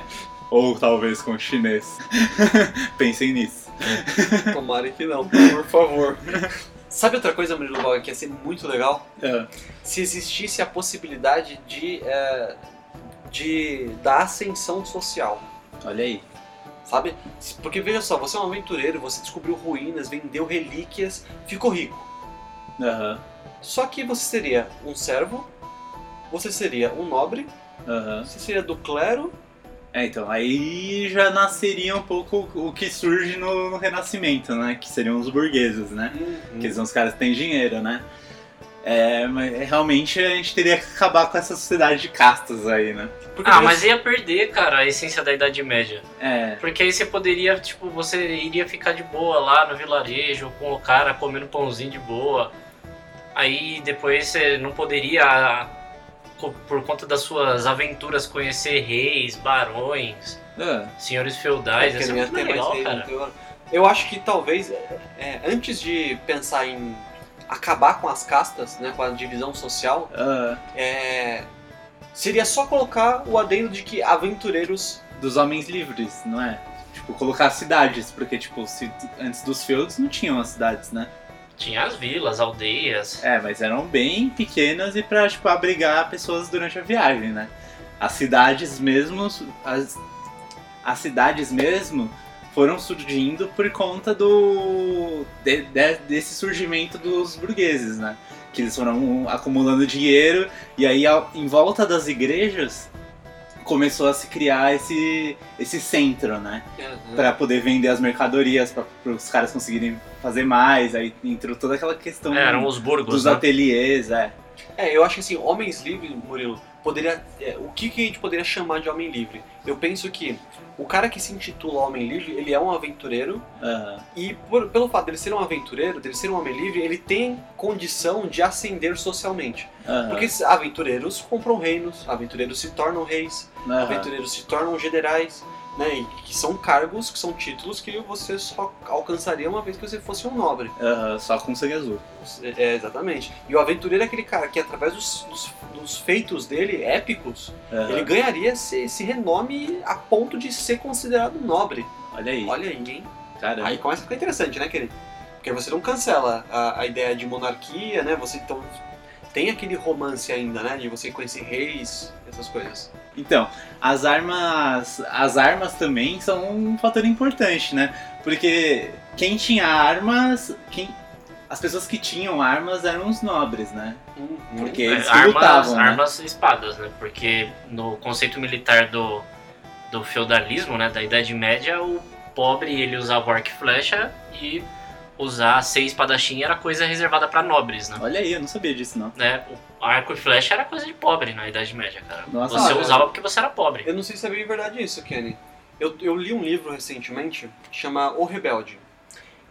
Ou talvez com chinês. [laughs] Pensem nisso.
Tomara que não, por favor. Sabe outra coisa, Murilo Valga, que ia ser muito legal?
É.
Se existisse a possibilidade de. é, de da ascensão social.
Olha aí.
Sabe? Porque veja só, você é um aventureiro, você descobriu ruínas, vendeu relíquias, ficou rico.
Aham,
Só que você seria um servo, você seria um nobre,
aham.
você seria do clero.
É, então, aí já nasceria um pouco o que surge Hum, no, no Renascimento, né? Que seriam os burgueses, né? Que são os caras que têm dinheiro, né? É, mas é, realmente a gente teria que acabar com essa sociedade de castas aí, né?
Porque
Ah,
parece-
mas ia perder, cara, a essência da Idade Média.
É.
Porque aí você poderia, tipo, você iria ficar de boa lá no vilarejo, com o cara comendo pãozinho de boa. Aí depois você não poderia, co- por conta das suas aventuras, conhecer reis, barões,
Ah,
senhores feudais.
porque
Isso é
não ia
muito
ter mais
legal,
rei,
cara.
então, Eu acho que talvez, é, é, antes de pensar em acabar com as castas, né, com a divisão social,
ah,
é, seria só colocar o adendo de que aventureiros.
dos homens livres, não é? Tipo, colocar cidades, porque, tipo, se, antes dos feudos não tinham as cidades, né?
Tinha as vilas, aldeias.
É, mas eram bem pequenas e pra, tipo, abrigar pessoas durante a viagem, né? As cidades mesmo. As, as cidades mesmo foram surgindo por conta do. de- de- desse surgimento dos burgueses, né? Que eles foram acumulando dinheiro e aí ao- em volta das igrejas começou a se criar esse, esse centro, né?
Uhum.
Pra poder vender as mercadorias, para os caras conseguirem fazer mais, aí entrou toda aquela questão
É, eram os burgos,
dos
né?
ateliês, é.
É, eu acho que assim, homens livres, Murilo, poderia. é, o que, que a gente poderia chamar de homem livre? Eu penso que o cara que se intitula homem livre, ele é um aventureiro.
Aham.
E por- pelo fato dele ser um aventureiro, dele ser um homem livre, ele tem condição de ascender socialmente.
aham,
Porque esses aventureiros compram reinos, aventureiros se tornam reis,
aham.
aventureiros se tornam generais, né? E que são cargos, que são títulos que você só alcançaria uma vez que você fosse um nobre.
Aham, só com sangue azul.
É, é, exatamente. E o aventureiro é aquele cara que, através dos, dos- dos feitos dele, épicos,
Aham,
ele ganharia esse, esse renome a ponto de ser considerado nobre.
Olha aí,
Olha aí, hein?
caramba.
Aí começa a ficar interessante, né, querido? Porque você não cancela a, a ideia de monarquia, né? Você então tem aquele romance ainda, né? De você conhecer reis, essas coisas.
Então, as armas, as armas também são um fator importante, né? Porque quem tinha armas, quem as pessoas que tinham armas eram os nobres, né? Porque
É,
eles que
armas,
lutavam, né?
armas e espadas, né? Porque no conceito militar do, do feudalismo, né? Da Idade Média, o pobre ele usava o arco e flecha e usar ser espadachim era coisa reservada pra nobres, né?
Olha aí, eu não sabia disso não.
né? O arco e flecha era coisa de pobre na Idade Média, cara.
Nossa,
você
olha.
usava porque você era pobre.
Eu não sei se é bem verdade isso, Kenny. Eu, eu li um livro recentemente que chama O Rebelde.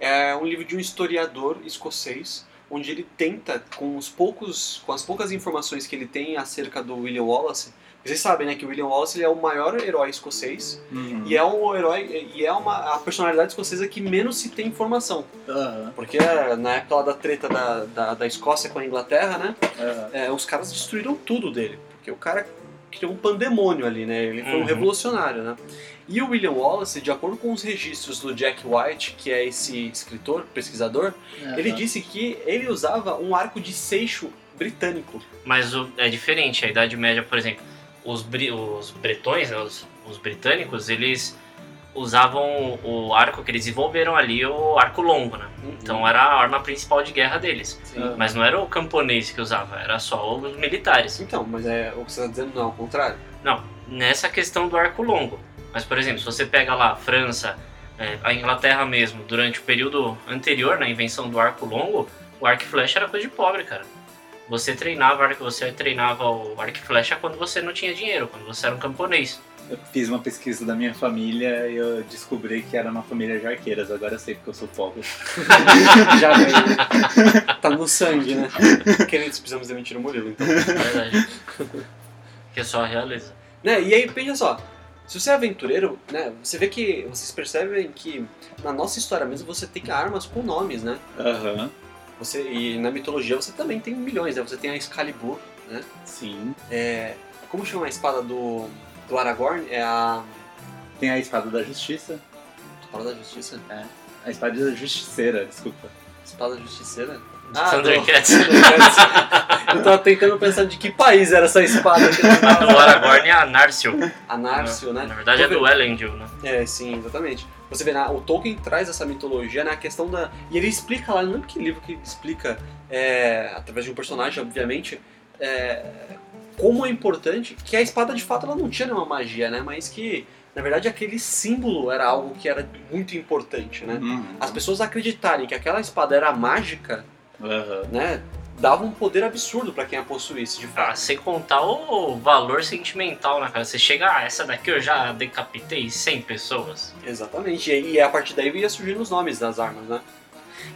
É um livro de um historiador escocês, onde ele tenta, com os poucos, com as poucas informações que ele tem acerca do William Wallace. Vocês sabem, né, que o William Wallace ele é o maior herói escocês.
Uhum.
E é um herói, e é uma, a personalidade escocesa que menos se tem informação.
Aham,
Porque eh, na época lá da treta da, da, da Escócia com a Inglaterra, né?
aham.
eh, os caras destruíram tudo dele. Porque o cara criou um pandemônio ali, né? Ele foi um
Uhum.
revolucionário, né? E o William Wallace, de acordo com os registros do Jack White, que é esse escritor, pesquisador,
Uhum.
ele
Aham.
disse que ele usava um arco de seixo britânico.
Mas o- é diferente. A Idade Média, por exemplo, os, bri- os bretões, né? os, os britânicos, eles usavam o arco que eles desenvolveram ali, o arco longo, né? Então era a arma principal de guerra deles.
Uhum. Sim.
Mas não era o camponês que usava, era só os militares.
Então, mas é, o que você está dizendo não é o contrário? [laughs]
Não, nessa questão do arco longo. Mas, por exemplo, se você pega lá a França, é, a Inglaterra mesmo, durante o período anterior, na invenção do arco longo, o arco e flecha era coisa de pobre, cara. Você treinava, arco- você treinava o arco e flecha quando você não tinha dinheiro, quando você era um camponês.
Eu fiz uma pesquisa da minha família e eu descobri que era uma família de arqueiras. Agora eu sei porque eu sou pobre.
Já veio. tá no sangue,
[laughs]
né? Queridos, precisamos demitir o Murilo, então.
na verdade. que é só a realeza.
Né? E aí, pensa só. Se você é aventureiro, né? Você vê que... Vocês percebem que na nossa história mesmo você tem armas com nomes, né?
Aham.
Você, e na mitologia você também tem milhões, né? Você tem a Excalibur.
Sim.
É, como chama a espada do, do Aragorn? É a...
Tem a espada da justiça.
Espada da Justiça?
A espada da justiceira, desculpa.
Espada Justiceira? Ah,
Thundercats.
Eu tava tentando pensar de que país era essa espada. Que
A [laughs] do Aragorn é a Narsil.
Anárcio, né?
Na verdade é do Elendil, né?
É, sim, exatamente. Você vê, né, o Tolkien traz essa mitologia na questão da. E ele explica lá, não lembro que livro que ele explica, é, através de um personagem, obviamente, é, como é importante que a espada de fato ela não tinha nenhuma magia, né? Mas que, na verdade, aquele símbolo era algo que era muito
Uhum.
importante, né? As pessoas acreditarem que aquela espada era mágica,
Aham.
né? dava um poder absurdo pra quem a possuísse, de fato.
Ah, sem contar o valor sentimental, né, cara? Você chega, ah, essa daqui eu já decapitei 100 pessoas.
Exatamente, e e a partir daí ia surgindo os nomes das armas, né?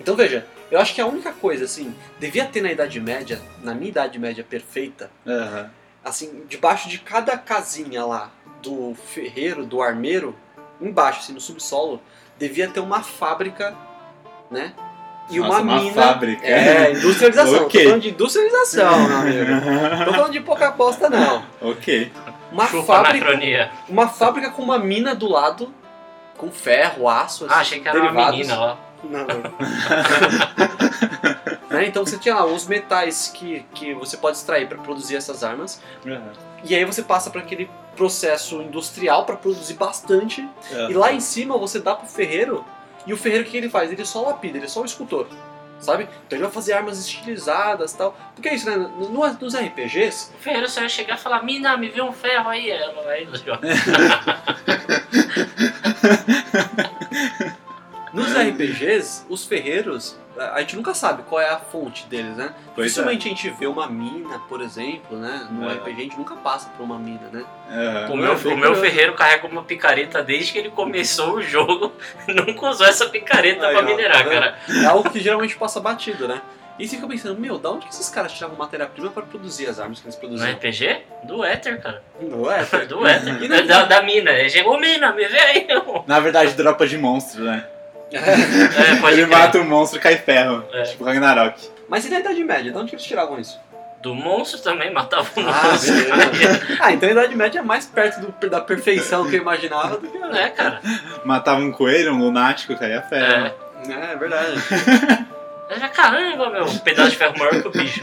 Então veja, eu acho que a única coisa, assim, devia ter na Idade Média, na minha Idade Média perfeita,
Aham.
assim, debaixo de cada casinha lá do ferreiro, do armeiro, embaixo, assim, no subsolo, devia ter uma fábrica, né? E
Nossa,
uma, mina.
fábrica.
É, industrialização.
Ok.
Tô falando de industrialização, meu amigo. Tô falando de pouca aposta, não.
[laughs] ok.
Uma
Chupa
fábrica.
anacronia.
Uma fábrica com uma mina do lado, com ferro, aço,
Ah, achei que era uma
derivados.
menina lá.
Não, não. [laughs] Né, Então você tinha lá os metais que, que você pode extrair para produzir essas armas.
Aham.
E aí você passa para aquele processo industrial para produzir bastante. E lá em cima você dá pro ferreiro. E o ferreiro o que ele faz? Ele só lapida, ele é só o escultor. Sabe? Então ele vai fazer armas estilizadas e tal. Porque é isso, né? No- Nos RPGs,
O ferreiro só ia chegar e falar, mina, me vê um ferro aí. Ela
É,
vai [laughs] joga.
Nos RPGs, os ferreiros, a a gente nunca sabe qual é a fonte deles, né?
Pois é.
Dificilmente a gente vê uma mina, por exemplo, né? No
É.
RPG a gente nunca passa por uma mina, né?
Aham.
O meu,
bem
o meu
curioso.
ferreiro carrega uma picareta desde que ele começou o jogo. [laughs] Nunca usou essa picareta
Aí,
pra
ó,
minerar,
tá vendo?
cara.
É algo que geralmente passa batido, né? E você fica pensando, meu, da onde que esses caras tiravam matéria-prima para produzir as armas que eles
No
produziam?
RPG? Do éter, cara.
Não é?
Do
[laughs]
éter.
E
da,
não-
da, da mina. Ele chegou, mina, me vê aí. [laughs]
Na verdade, dropa de monstro, né?
É, pode
Ele
crer.
mata o monstro e cai ferro.
É.
Tipo Ragnarok.
[laughs] Mas e na Idade Média? Da onde que eles tiravam isso?
Do monstro também matava o
Ah,
monstro. [laughs]
beleza. Ah, então a Idade Média é mais perto do- da perfeição que eu imaginava do que...
né, cara?
Matava um coelho, um lunático, caía ferro.
É.
É, é verdade.
Eu já, É caramba, meu. Um pedaço de ferro maior que
[laughs]
o bicho.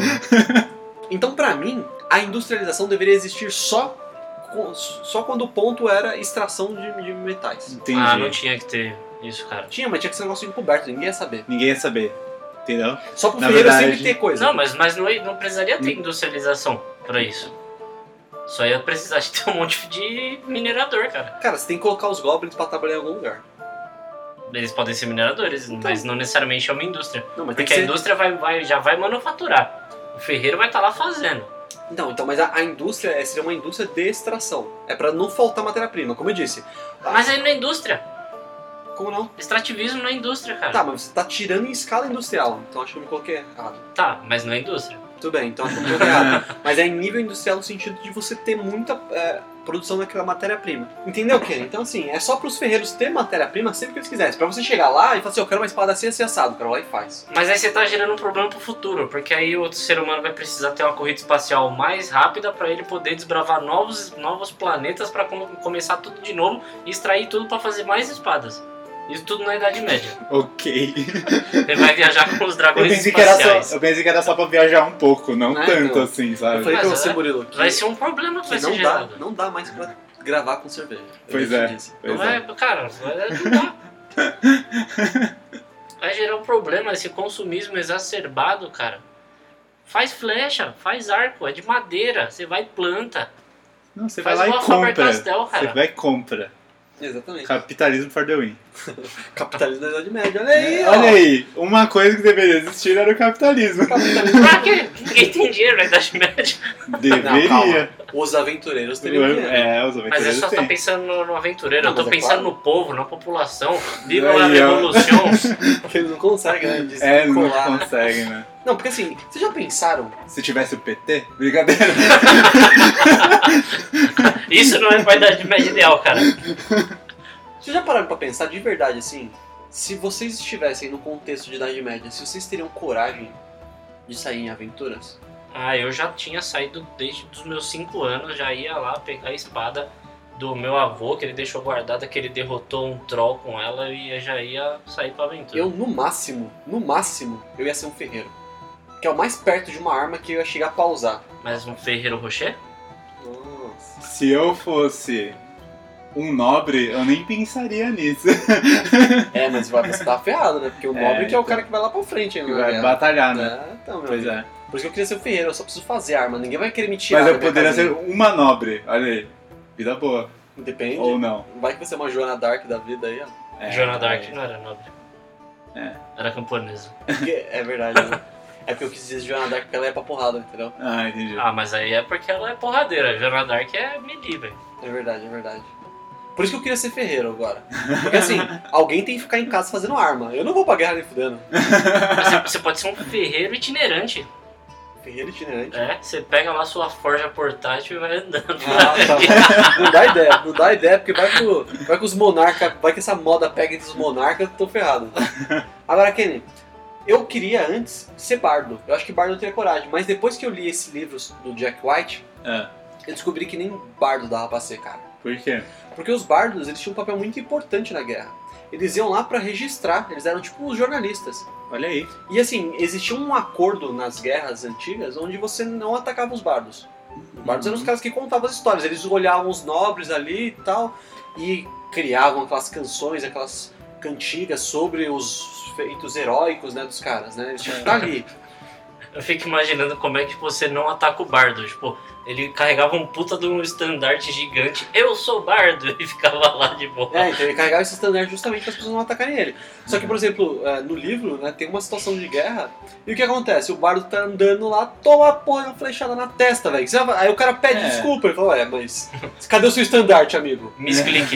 Então, pra mim, a industrialização deveria existir só, co- só quando o ponto era extração de, de metais.
Entendi.
Ah, não tinha que ter isso, cara.
Tinha, mas tinha que ser um negócio encoberto, ninguém ia saber.
Ninguém ia saber. Entendeu?
Só pro
Na
ferreiro
verdade-
sempre ter coisa.
Não, mas, mas não, não precisaria ter
Hum.
industrialização pra isso. Só ia precisar de ter um monte de minerador, cara.
Cara, você tem que colocar os goblins pra trabalhar em algum lugar.
Eles podem ser mineradores, mas não necessariamente é uma indústria.
Não, mas Tá. tem
Porque
que
a
ser...
indústria vai, vai- já vai manufaturar. O ferreiro vai estar lá fazendo.
Não, então, mas a, a indústria é, seria uma indústria de extração. É pra não faltar matéria-prima, como eu disse. Ah,
Mas é- aí não é indústria.
Como não?
Extrativismo não é indústria, cara.
Tá, mas você tá tirando em escala industrial. Então acho que eu me coloquei errado.
Tá, mas não é indústria.
Tudo bem, então acho que eu me
[laughs]
coloquei errado. Mas é em nível industrial no sentido de você ter muita é, produção daquela matéria-prima. Entendeu, Ken? Então, assim, é só pros ferreiros ter matéria-prima sempre que eles quisessem. Pra você chegar lá e falar assim, eu quero uma espada assim, assim, assado. O cara vai lá e faz.
Mas aí você tá gerando um problema pro futuro, porque aí o outro ser humano vai precisar ter uma corrida espacial mais rápida pra ele poder desbravar novos, novos planetas pra com- começar tudo de novo e extrair tudo pra fazer mais espadas. Isso tudo na Idade Média.
[laughs] Ok.
Ele vai viajar com os
Eu
dragões
pensei, que era
É espaciais.
só, eu pensei que era só pra viajar um pouco, não
Não é,
tanto
então.
assim,
Eu
sabe?
falei pra
Mas
você,
é-
Murilo, que,
Vai ser um problema que vai
que
ser
não, dá,
gerado.
não dá mais pra gravar com cerveja. Eu
Pois
já
é.
te disse.
Pois
não
é.
é, cara, não dá.
[laughs]
Vai gerar um problema esse consumismo exacerbado, cara. Faz flecha, faz arco, é de madeira, você vai e planta.
Não, você vai
faz
lá
uma
e compra.
Faber-Castell,
Você
cara.
vai e compra.
é?
Exatamente.
Capitalismo for the win.
Capitalismo da Idade Média. Olha aí, ó.
É, Olha aí, uma coisa que deveria existir era o capitalismo.
Capitalismo.
Pra quê? Ninguém tem dinheiro na Idade
[laughs]
Média.
Deveria.
Os aventureiros teriam dinheiro.
É, os
Mas eu
aventureiros
só tô
têm.
pensando no, no aventureiro,
Não,
eu tô
mas é
pensando
claro.
no povo, na população. Viva a
Aí, ó.
revolução.
[laughs]
[laughs] Porque eles não conseguem, né? De se
É, não
colar, né?
consegue, né?
Não, porque assim, vocês já pensaram?
Se tivesse o PT, brincadeira.
[laughs]
Isso não é pra Idade Média ideal, cara.
Vocês já pararam pra pensar de verdade assim? Se vocês estivessem no contexto de Idade Média, se vocês teriam coragem de sair em aventuras?
Ah, eu já tinha saído desde os meus 5 anos, já ia lá pegar a espada do meu avô, que ele deixou guardada, que ele derrotou um troll com ela e eu já ia sair pra aventura.
Eu, no máximo, no máximo, eu ia ser um ferreiro. Que é o mais perto de uma arma que eu ia chegar pra usar.
Mas um ferreiro rocher?
Nossa.
Se eu fosse um nobre, eu nem pensaria nisso.
É, mas vai- você tá ferrado, né? Porque o
[laughs] É,
nobre que é o
então.
cara que vai lá pra frente ainda.
Que
na
vai
guerra.
batalhar, né?
É, então, meu
Pois
amigo.
é.
Por isso que eu queria ser um ferreiro, eu só preciso fazer arma. Ninguém vai querer me tirar.
Mas
da
eu
minha
poderia ser
casinha.
uma nobre, olha aí. Vida boa.
Depende.
Ou não.
Vai que você é uma Joana Dark da vida
[laughs]
aí, ó.
É,
Joana
tá
Dark
aí.
não era nobre.
É.
Era camponesa.
Porque- é verdade, né? É porque eu quis dizer de Joana Dark porque ela é pra porrada, entendeu?
Ah, entendi.
Ah, mas aí é porque ela é porradeira. Joana Dark é melee, velho.
É verdade, é verdade. Por isso que eu queria ser ferreiro agora. Porque assim, alguém tem que ficar em casa fazendo arma. Eu não vou pra guerra nem fudendo.
Mas Você, você pode ser um ferreiro itinerante.
Ferreiro itinerante.
É, você pega lá sua forja portátil e vai andando.
Ah, tá. Não dá ideia, não dá ideia, porque vai, pro, vai com os monarcas, vai que essa moda pega entre os monarcas, eu tô ferrado. Agora, Kenny, eu queria antes ser bardo. Eu acho que bardo eu teria coragem, mas depois que eu li esse livro do Jack White,
Ah,
eu descobri que nem bardo dava pra ser, cara.
por quê?
Porque os bardos, eles tinham um papel muito importante na guerra. Eles iam lá pra registrar, eles eram tipo os jornalistas. [laughs]
Olha aí.
E assim, existia um acordo nas guerras antigas onde você não atacava os bardos. Os bardos eram os caras que contavam as histórias, eles olhavam os nobres ali e tal, e criavam aquelas canções, aquelas cantigas sobre os feitos heróicos né, dos caras, né? Eles tinham que estar ali.
Eu fico imaginando como é que você não ataca o bardo. Tipo, ele carregava um puta de um estandarte gigante. Eu sou bardo! [laughs] E ficava lá de boa.
É, então ele carregava esse standard justamente para as pessoas não atacarem ele. Só que, por exemplo, é, no livro, né, tem uma situação de guerra, e o que acontece? O bardo tá andando lá, toma a porra de uma flechada na testa, velho. Você vai- Aí o cara pede
É.
desculpa, ele fala, ué, mas cadê o seu estandarte, amigo?
Misclick.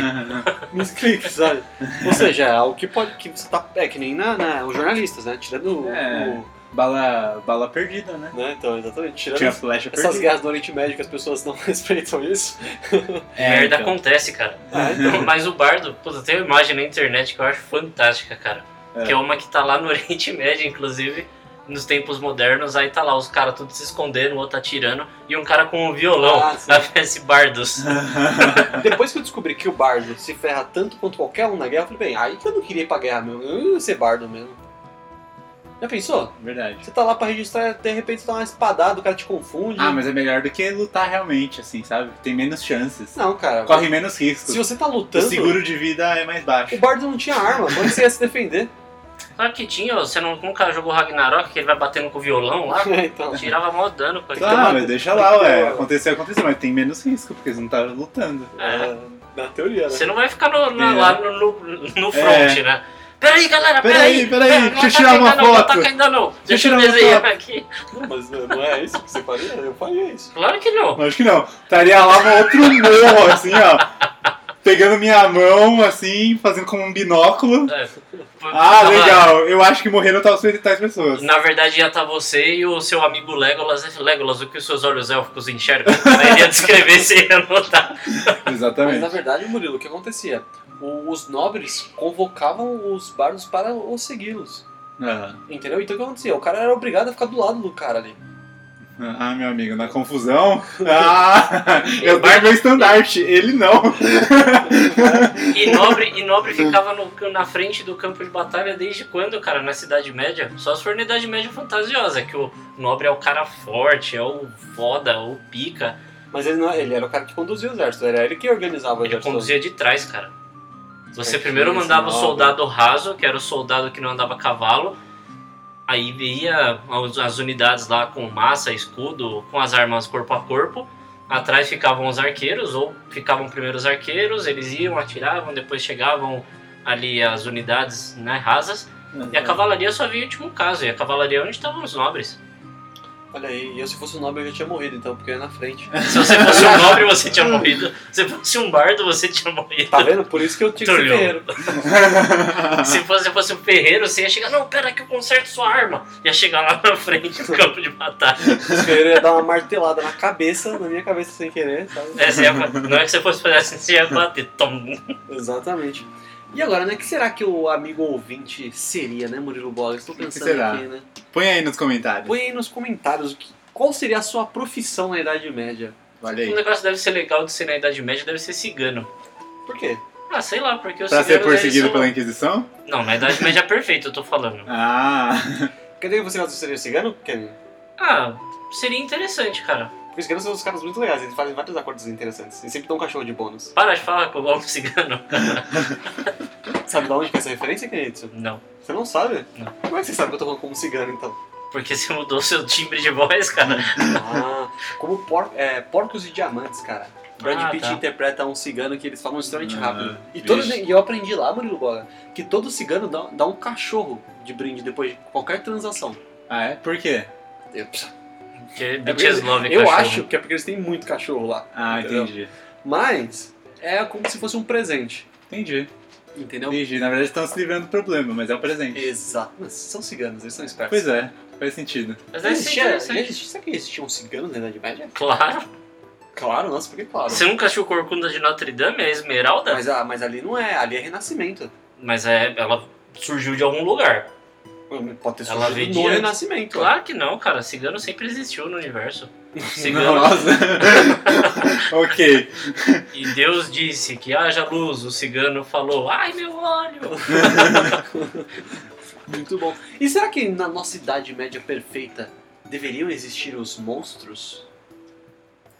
nos cliques, sabe? Ou seja, é algo que pode. Que você tá, é que nem na, na- os jornalistas, né? Tirando o-
É.
o.
bala, bala perdida, né?
Né? Então, exatamente. Tirando
Tinha flecha
essas
perdida.
guerras do Oriente Médio que as pessoas não [laughs] respeitam isso.
É,
Merda
então.
acontece, cara.
Ah, então.
Mas o bardo, puta, tem uma imagem na internet que eu acho fantástica, cara.
É.
Que é uma que tá lá no [laughs] Oriente Médio, inclusive, nos tempos modernos. Aí tá lá os caras tudo se escondendo, o outro atirando, e um cara com um violão.
Ah, sim.
na PS Bardos.
Depois que eu descobri que o bardo se ferra tanto quanto qualquer um na guerra, eu falei, bem, aí que eu não queria ir pra guerra mesmo. Eu ia ser bardo mesmo. Já pensou?
Verdade.
Você tá lá pra registrar, de repente você dá uma espadada, o cara te confunde.
Ah, mas é melhor do que lutar realmente, assim, sabe? Tem menos chances.
Não, cara.
Corre menos riscos.
Se você tá
O
lutando,
seguro de vida é mais baixo.
o bardo não tinha arma, como é que você ia se defender? [laughs]
Claro que tinha, ó, você não, nunca jogou Ragnarok, que ele vai batendo com o violão
[laughs]
lá.
então.
É.
Tirava mó dano com aquilo.
Tá,
uma-
mas deixa lá, ué.
uma-
Aconteceu, aconteceu, mas tem menos risco, porque eles não estavam lutando.
É.
É, na teoria, né?
Você não vai ficar no, na-
É.
lá no, no, no front, né? Peraí, galera,
Peraí,
peraí.
peraí,
pera- não
deixa eu
ataca
tirar
ainda
uma
não, Não
foto.
ataca ainda não. Deixa,
eu tirar
eu
uma
desenhar
foto.
aqui.
Não, [laughs] mas não não é isso que você faria? Eu faria isso.
Claro que não.
Acho que não. Estaria lá no outro morro, assim, ó. Pegando minha mão, assim, fazendo como um binóculo.
É.
Ah,
Tava-
legal. Eu acho que morreram tal tais pessoas.
Na verdade, ia estar você e o seu amigo Legolas. Legolas, o que os seus olhos élficos enxergam? [laughs] Aí ele ia descrever se ia notar.
Mas na
Exatamente.
verdade, Murilo, o que acontecia? O- os nobres convocavam os bardos para os segui-los.
Ah,
Entendeu? Então o que acontecia? O cara era obrigado a ficar do lado do cara ali.
ah, meu amigo, na confusão.
[laughs]
Ah, eu dei meu estandarte, ele não.
E nobre, e nobre ficava no- na frente do campo de batalha desde quando, cara? Na Cidade Média? Só se for na Idade Média fantasiosa, que o nobre é o cara forte, é o foda, é o pica.
Mas ele, não- é, ele era o cara que conduzia o exército, era ele que organizava o
Ele
exército.
conduzia de trás, cara. Você
Certinho,
primeiro mandava o
esse
soldado raso, que era o soldado que não andava a cavalo. Aí via as- as unidades lá com massa, escudo, com as armas corpo a corpo. Atrás ficavam os arqueiros, ou ficavam primeiro os arqueiros, eles iam, atiravam, depois chegavam ali as unidades né, rasas. E
Uhum.
a cavalaria só veio em último caso, e a cavalaria é onde estavam os nobres.
Olha aí, e eu se fosse um nobre eu já tinha morrido então, porque eu ia na frente.
Se você fosse um nobre, você
[laughs]
tinha morrido. Se fosse um bardo, você tinha morrido.
Tá vendo? Por isso que eu tinha que ser
Entendeu?
ferreiro.
[laughs]
Se você fosse um ferreiro, você ia chegar, não, pera que eu conserto sua arma. Ia chegar lá na frente do campo de batalha.
O ferreiro ia dar uma martelada na cabeça, na minha cabeça sem querer, sabe?
É, você ia- não é que você fosse fazer assim, você ia bater. Tom.
Exatamente. E agora, né? O que será que o amigo ouvinte seria, né, Murilo Bola? Estou
O que
pensando
será?
aqui, né?
Põe aí nos comentários.
Põe aí nos comentários o que- qual seria a sua profissão na Idade Média.
Olha
O
aí.
negócio deve ser legal de ser na Idade Média, deve ser cigano.
Por quê?
Ah, sei lá, porque os
Pra ser
é
ciganos, eles
perseguido
são-
pela Inquisição?
Não, na Idade Média é perfeito, eu tô falando.
Ah, [laughs]
Cadê você gosta de seria cigano, Kevin?
Ah, seria interessante, cara.
Porque os ciganos são uns caras muito legais, eles fazem vários acordos interessantes. E sempre dão um cachorro de bônus.
Para de falar que eu gosto de cigano. [laughs]
Sabe de onde que é essa referência, Kenitsu?
Não,
Você não sabe?
Não.
Como é que você sabe que eu tô falando como cigano, então?
porque você mudou seu timbre de voz, cara.
Ah, como por- é, Porcos e Diamantes, cara. Brad
Ah,
Pitt
tá.
interpreta um cigano que eles falam extremamente
Ah,
rápido. E,
vixe.
todos, e eu aprendi lá, Murilo Bola, que todo cigano dá, dá um cachorro de brinde depois de qualquer transação.
Ah, é? Por quê?
Eu,
Porque é
porque eles-
BTS Love
eu
cachorro.
acho que é porque eles têm muito cachorro lá.
Ah,
entendeu?
entendi.
Mas é como se fosse um presente,
Entendi.
entendeu?
Entendi. Na verdade, estão se livrando do problema, mas é um presente.
Exato. Mas são ciganos, eles são espertos.
Pois é, faz sentido.
Mas
Já
deve ser
existia,
é,
já
é interessante.
existia, será que existiam ciganos na Idade Média?
Claro.
Claro, nossa, porque claro.
Você nunca achou Corcunda de Notre Dame? É a Esmeralda? Mas,
Mas, ah, mas ali não é, ali é renascimento.
é, ela surgiu de algum lugar.
Pode ter
Ela
surgido
veio
no
de-
renascimento. ó.
Claro que não, cara. Cigano sempre existiu no
[laughs]
universo. Cigano.
[laughs]
Nossa. ok.
E Deus disse que haja luz. O cigano falou, ai meu olho.
Muito bom. E será que na nossa Idade Média perfeita deveriam existir os monstros?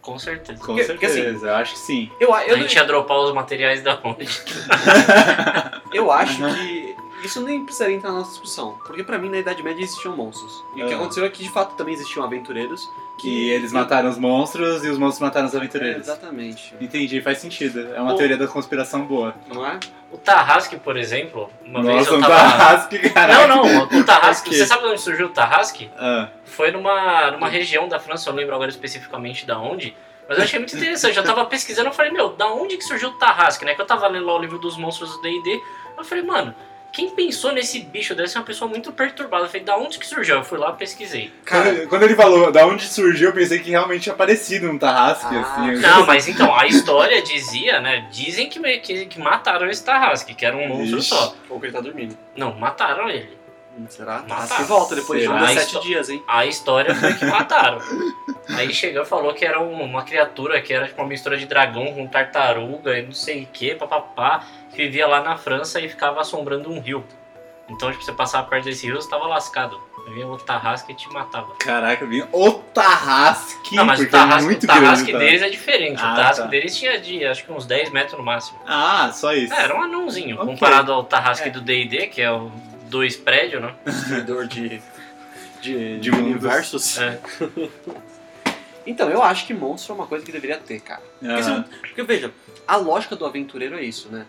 Com certeza.
Com
Que- que assim-
certeza, eu acho
[laughs]
que sim.
Eu,
A
eu,
gente ia dropar os materiais da onde?
eu acho que isso nem precisaria entrar na nossa discussão. Porque pra mim, na Idade Média existiam monstros. E o que
Ah.
aconteceu é que, de fato, também existiam aventureiros. Que
Que eles mataram os monstros e os monstros mataram os
É,
aventureiros.
exatamente.
Entendi, faz sentido. É uma
Bom.
teoria da conspiração boa.
Não é?
O Tarrasque, por exemplo, uma vez
Nossa,
eu
um
tava...
tarrasque,
Não, [laughs]
caralho.
não,
[laughs]
o Tarrasque,
Ok.
você sabe de onde surgiu o Tarrasque?
Ah,
Foi numa, numa região da França, eu não lembro agora especificamente da onde, mas eu achei muito interessante. Eu tava pesquisando, eu falei, meu, da onde que surgiu o Tarrasque, né? Que eu tava lendo lá o livro dos monstros do D&D, eu falei, mano, quem pensou nesse bicho deve ser uma pessoa muito perturbada. Eu falei, da onde que surgiu? Eu fui lá, pesquisei.
[laughs]
Cara,
quando, quando ele falou da onde surgiu, eu pensei que realmente tinha aparecido um tarrasque,
Ah.
assim.
Não, mas então, a história dizia, né? Dizem que, me- que, que mataram esse Tarrasque, que era um monstro
Ixi.
só.
ou que ele tá dormindo.
Não, mataram ele.
Hum, Será?
Nossa.
Nossa, volta depois
Será?
de
Ah,
17
isso-
dias, hein?
A história foi que mataram. Aí chegou e falou que era um- uma criatura que era tipo uma mistura de dragão com tartaruga e não sei o que, papapá, que vivia lá na França e ficava assombrando um rio. Então, tipo, você passava perto desse rio, você tava lascado. Vinha outro tarrasque e te matava.
Caraca, vinha o tarrasque,
não, mas o
porque é
tarrasque,
muito
o tarrasque
grande. o
deles é diferente.
Ah,
o tarrasque
tá.
deles tinha de, acho que uns 10 metros no máximo.
tarrasque. Ah, só isso.
É, era um anãozinho,
Ok.
comparado ao tarrasque
É.
do D&D, que é o dois prédios, né?
Destruidor de, de,
De mundos.
universos.
É.
[laughs] Então, eu acho que monstro é uma coisa que deveria ter, cara.
Ah,
Porque,
é
você- porque, veja, a lógica do aventureiro é isso, né?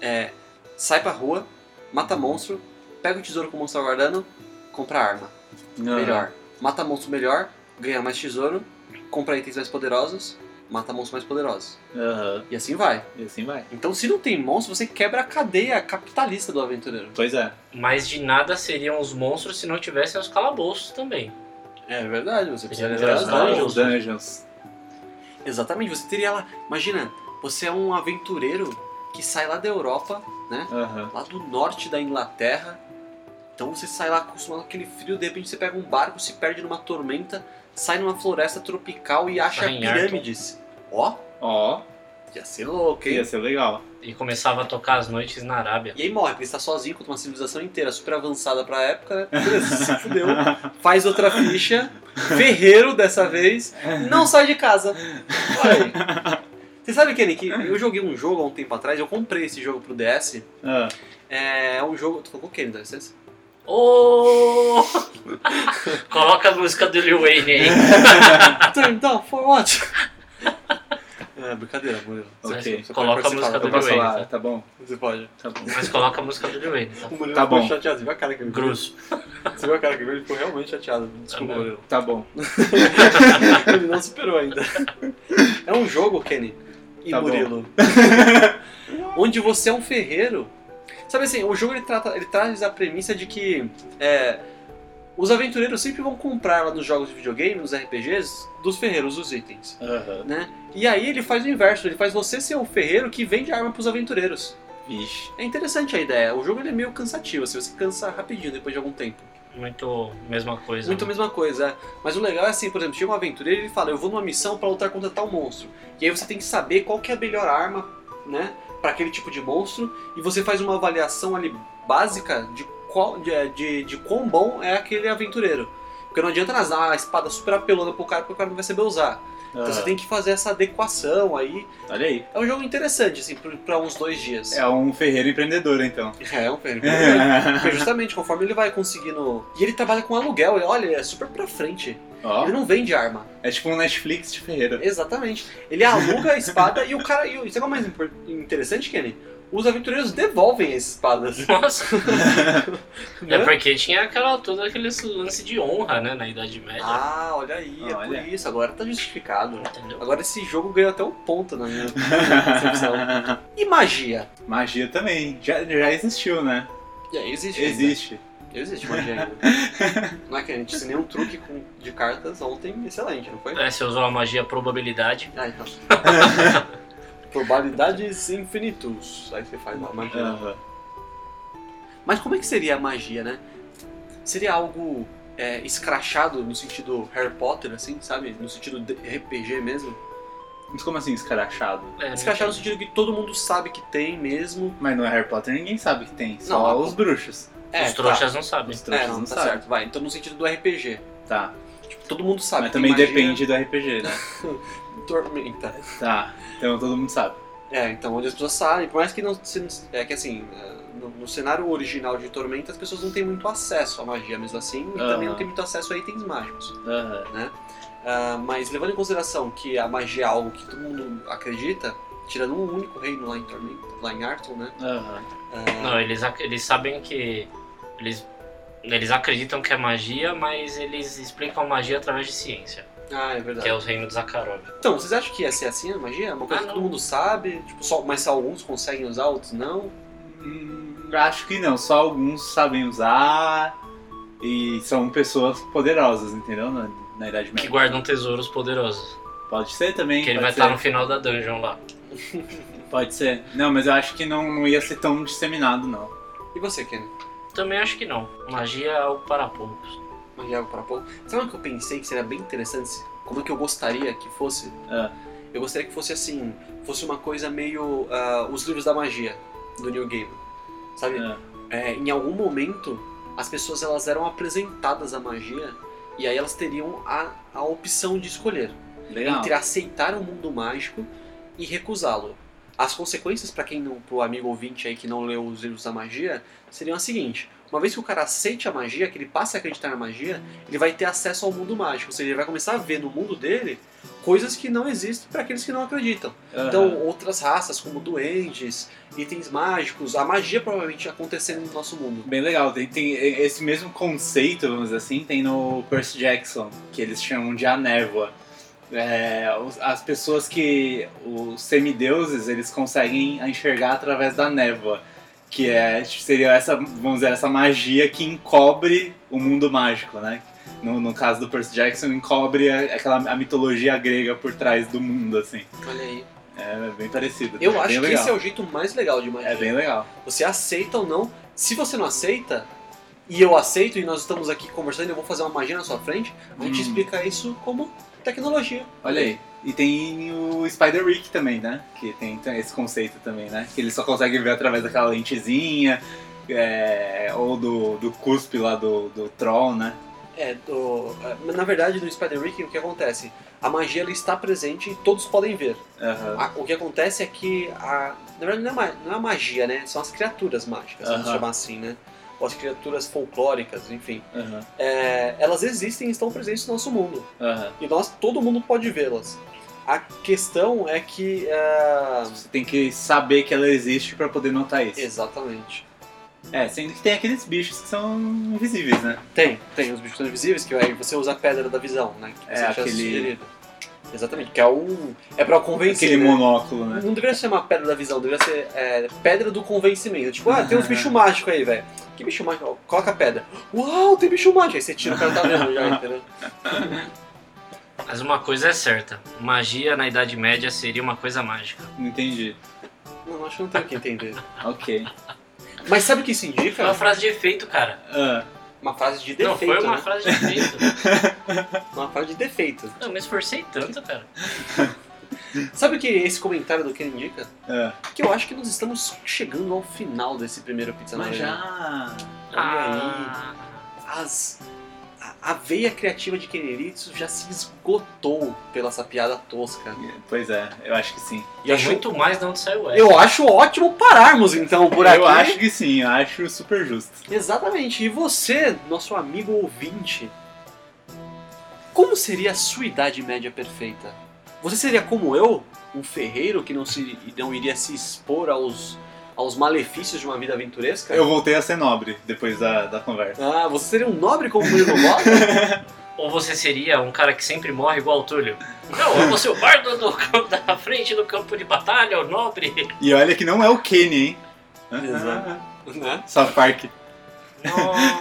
É, sai pra rua, mata monstro, pega o tesouro que o monstro tá guardando, compra arma.
um
ah,
Melhor. Mata monstro melhor, ganha mais tesouro, compra itens mais poderosos, mata monstro mais poderosos.
Aham,
E assim vai.
e assim vai.
Então, se não tem monstro, você quebra a cadeia capitalista do aventureiro.
Pois é.
Mas de nada seriam os monstros se não tivessem os calabouços também.
É verdade, você
precisa
precisa
liberar
é
liberar
as
as
dungeons, né?
dungeons.
Os dungeons.
Exatamente, você teria lá. Imagina, você é um aventureiro que sai lá da Europa, né?
Aham.
Lá do norte da Inglaterra. Então você sai lá acostumado com aquele frio, de repente você pega um barco, se perde numa tormenta, sai numa floresta tropical e acha
Sai em Arton.
pirâmides. Ó,
Ó,
ia ser louco,
ia
hein?
ser legal.
E começava a tocar as noites na Arábia.
E aí morre, porque está sozinho contra uma civilização inteira, super avançada pra época, [laughs] né? Beleza, se fudeu. Faz outra ficha, ferreiro dessa vez, não sai de casa. Olha aí. Você sabe, Kenny, que eu joguei um jogo há um tempo atrás, eu comprei esse jogo pro DS.
Ah,
É um jogo. Tu falou com o Kenny, dá licença?
Oh! [laughs] Coloca a música do Lil Wayne aí.
Turn down for what? É, brincadeira, Murilo. Você-
Ok.
você pode
Coloca a
participar,
música
tá
eu
do
bom?
posso
Wayne,
falar,
tá?
tá bom?
Você pode.
Tá bom.
Mas coloca a música do Lil Wayne, tá? É
O Murilo
Tá
ficou
bom.
chateado, você viu a cara que ele fez?
Grosso.
Você viu a cara que ele fez? Ele ficou realmente chateado. Desculpa,
Tá bom.
Murilo.
Tá bom.
Ele não superou ainda. [laughs] É um jogo, Kenny e
Tá bom.
Murilo. onde você é um ferreiro. Sabe assim, o jogo ele, trata, ele traz a premissa de que é, os aventureiros sempre vão comprar lá nos jogos de videogame, nos RPGs, dos ferreiros os itens.
Aham.
E aí ele faz o inverso, ele faz você ser o ferreiro que vende arma pros aventureiros.
Vixe.
É interessante a ideia. O jogo ele é meio cansativo, assim, você cansa rapidinho depois de algum tempo.
Muito mesma coisa. [laughs]
Muito a
né?
mesma coisa, é. Mas o legal é assim, por exemplo, chega um aventureiro e ele fala, eu vou numa missão pra lutar contra tal monstro. E aí você tem que saber qual que é a melhor arma, né, Pra aquele tipo de monstro, e você faz uma avaliação ali básica de qual de, é, de, de quão bom é aquele aventureiro. Porque não adianta nada, dar uma espada super apelona pro cara, porque o cara não vai saber usar. Então você
Aham.
tem que fazer essa adequação aí.
Olha aí.
É um jogo interessante, assim, pra- pra uns dois dias.
É um ferreiro empreendedor, então.
É, é um ferreiro.
Uhum.
Porque justamente, conforme ele vai conseguindo. E ele trabalha com aluguel, e olha, ele é super pra frente.
[laughs] Ó,
Ele não vende arma.
é tipo um Netflix de ferreiro.
Exatamente. Ele aluga a espada e o cara. E o- sabe o mais impor- interessante, Kenny? Os aventureiros devolvem as espadas.
Nossa,
Né?
É porque tinha aquela, todo aquele lance de honra, né, na Idade Média.
Ah, olha aí, é por
Olha.
isso, agora tá justificado.
Entendeu?
Agora esse jogo ganhou até um ponto na minha [laughs] concepção. E magia?
[laughs] Magia também. Já, já existiu, né?
Já existe. ainda.
Existe.
Existe magia ainda. Não é que a gente ensinei um truque com- de cartas ontem excelente, não foi?
É, você usou a magia probabilidade.
Ah, então. Probabilidades infinitus. Aí você faz uma magia.
Aham.
Mas como é que seria a magia, né? Seria algo é, escrachado no sentido Harry Potter, assim, sabe? No sentido de RPG mesmo?
Mas como assim, escarachado?
É,
Escrachado no sentido que todo mundo sabe que tem mesmo.
Mas no Harry Potter ninguém sabe que tem. Só
Não, a-
os bruxos.
Os trouxas não sabem.
É,
Os
Tá.
trouxas
É, não,
não
tá
sabem.
certo, vai. Então no sentido do RPG.
Tá.
Tipo, todo mundo sabe.
Mas
tem
também
magia,
depende
[laughs]
do RPG, né?
Tormenta.
tá. Então todo mundo sabe.
É, então onde as pessoas sabem, por mais que não. se- É que assim, é, no, no cenário original de Tormenta, as pessoas não têm muito acesso à magia mesmo assim, e também
Aham.
não têm muito acesso a itens mágicos.
Aham.
Ah, mas levando em consideração que a magia é algo que todo mundo acredita, tirando um único reino lá em Tormenta, lá em Arton, né?
Aham.
Ah,
Não, eles, ac- eles sabem que. Eles, eles acreditam que é magia, mas eles explicam a magia através de ciência,
ah, é
que
verdade.
é o reino de Zakharov.
Então, vocês acham que ia ser assim a magia? É uma coisa
Ah,
que
não.
todo mundo sabe, tipo, só, mas só alguns conseguem usar, outros não.
Hum, Acho que não. Só alguns sabem usar. E são pessoas poderosas, entendeu? Na, na Idade
Que
Média.
guardam tesouros poderosos.
Pode ser também.
Que ele
pode
vai
ser.
estar no final da dungeon lá.
Pode ser. Não, mas eu acho que não, não ia ser tão disseminado, não.
E você, Ken?
Também acho que não. Magia é algo para poucos.
Magia é algo para pouco. Sabe o que eu pensei que seria bem interessante? Como é que eu gostaria que fosse?
Ah.
Eu gostaria que fosse assim, fosse uma coisa meio ah, os livros da magia do New Game. Sabe?
Ah.
É, em algum momento, as pessoas elas eram apresentadas à magia e aí elas teriam a, a opção de escolher
Legal.
entre aceitar o mundo mágico e recusá-lo. As consequências para quem não, pro amigo ouvinte aí que não leu os livros da magia, seriam a seguinte: uma vez que o cara aceite a magia, que ele passe a acreditar na magia, ele vai ter acesso ao mundo mágico, ou seja, ele vai começar a ver no mundo dele coisas que não existem para aqueles que não acreditam.
Aham.
Então, outras raças como duendes, itens mágicos, a magia provavelmente acontecendo no nosso mundo.
Bem legal, tem, tem esse mesmo conceito, vamos dizer assim, tem no Percy Jackson, que eles chamam de a névoa. É, os- as pessoas que. os semideuses, eles conseguem enxergar através da névoa. Que é, seria essa, vamos dizer, essa magia que encobre o mundo mágico, né? No, no caso do Percy Jackson, encobre a- aquela a mitologia grega por trás do mundo, assim.
Olha aí.
É bem parecido.
Eu
é bem
acho que
legal.
esse é o jeito mais legal de magia.
É bem legal.
Você aceita ou não. Se você não aceita, e eu aceito, e nós estamos aqui conversando, eu vou fazer uma magia na sua frente, a gente
Hum.
explica isso como tecnologia.
Olha aí. E tem o Spider-Rick também, né? Que tem t- esse conceito também, né? Que ele só consegue ver através daquela lentezinha, é, ou do, do cuspe lá do, do Troll, né?
É, do- é, na verdade, no Spider-Rick, o que acontece? A magia ela está presente e todos podem ver.
Aham.
A- o que acontece é que, a, na verdade, não é, ma- não é magia, né? São as criaturas mágicas, vamos
Aham.
chamar assim, né? Ou as criaturas folclóricas, enfim.
Aham.
É, elas existem e estão presentes no nosso mundo.
Aham.
E nós, todo mundo pode vê-las. A questão é que. ah,
Você tem que saber que ela existe pra poder notar isso.
Exatamente.
É, sendo que tem aqueles bichos que são invisíveis, né?
Tem, tem os bichos que são invisíveis, que aí você usa a pedra da visão, né? Que
É,
você
aquele-
sugerido. Exatamente, que é um. É pra convencer.
Aquele
né?
monóculo, né?
Não deveria se chamar pedra da visão, deveria ser é, pedra do convencimento. Tipo, ah, tem
[laughs]
uns bichos mágicos aí, velho. Que bicho mágico? Ó, Coloca a pedra. Uau, tem bicho mágico. Aí você tira o cara tá vendo já, entendeu?
Mas uma coisa é certa: magia na Idade Média seria uma coisa mágica.
Entendi.
Não, acho que não tem o que entender.
Ok.
Mas sabe o que isso
Foi uma
indica?
frase de efeito, cara.
Ah,
Uma frase de
não,
defeito,
foi uma
né?
frase de efeito.
[laughs] Uma frase de defeito.
Eu me esforcei tanto, cara.
Sabe o que esse comentário do Ken indica?
ah.
Que eu acho que nós estamos chegando ao final desse primeiro Pizza na
Mas
Arena.
já. Ah.
Olha aí.
Ah,
As, a, a veia criativa de Kenneritsu já se esgotou pela essa piada tosca.
Pois é, eu acho que sim.
E acho-
muito mais de onde saiu essa.
Eu acho ótimo pararmos então por aqui.
eu acho que sim, eu acho super justo.
Exatamente. E você, nosso amigo ouvinte, como seria a sua idade média perfeita? Você seria como eu, um ferreiro que não, se, não iria se expor aos, aos malefícios de uma vida aventuresca?
Eu voltei a ser nobre depois da, da conversa.
Ah, você seria um nobre como Murilo Bob?
Ou você seria um cara que sempre morre igual o Túlio? Não, eu vou ser o bardo do campo- da frente do campo de batalha, o nobre.
E olha que não é o Kenny, hein? Ah,
Exato. né?
South Park.
Nossa,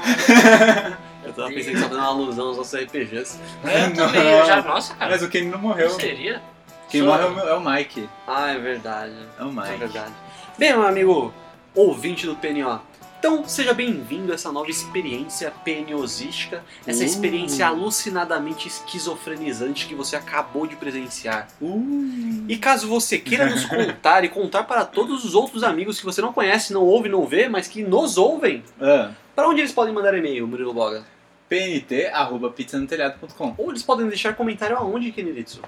Eu tava pensando que você tava fazendo uma alusão aos nossos RPGs.
eu também, É, eu já, nossa, cara,
Mas o Kenny não morreu.
eu seria.
Quem
Só-
morre é o, meu- é o Mike.
Ah, é verdade.
É o
É
Mike.
verdade. Bem, meu amigo ouvinte do PNO. Então, seja bem-vindo a essa nova experiência peniosística, essa
Uh.
experiência alucinadamente esquizofrenizante que você acabou de presenciar.
Uh.
E caso você queira nos contar e contar para todos os outros amigos que você não conhece, não ouve, não vê, mas que nos ouvem,
Ah,
para onde eles podem mandar e-mail, Murilo Boga?
pnt.pizzanotelhado.com
Ou eles podem deixar comentário aonde, Keniritsu?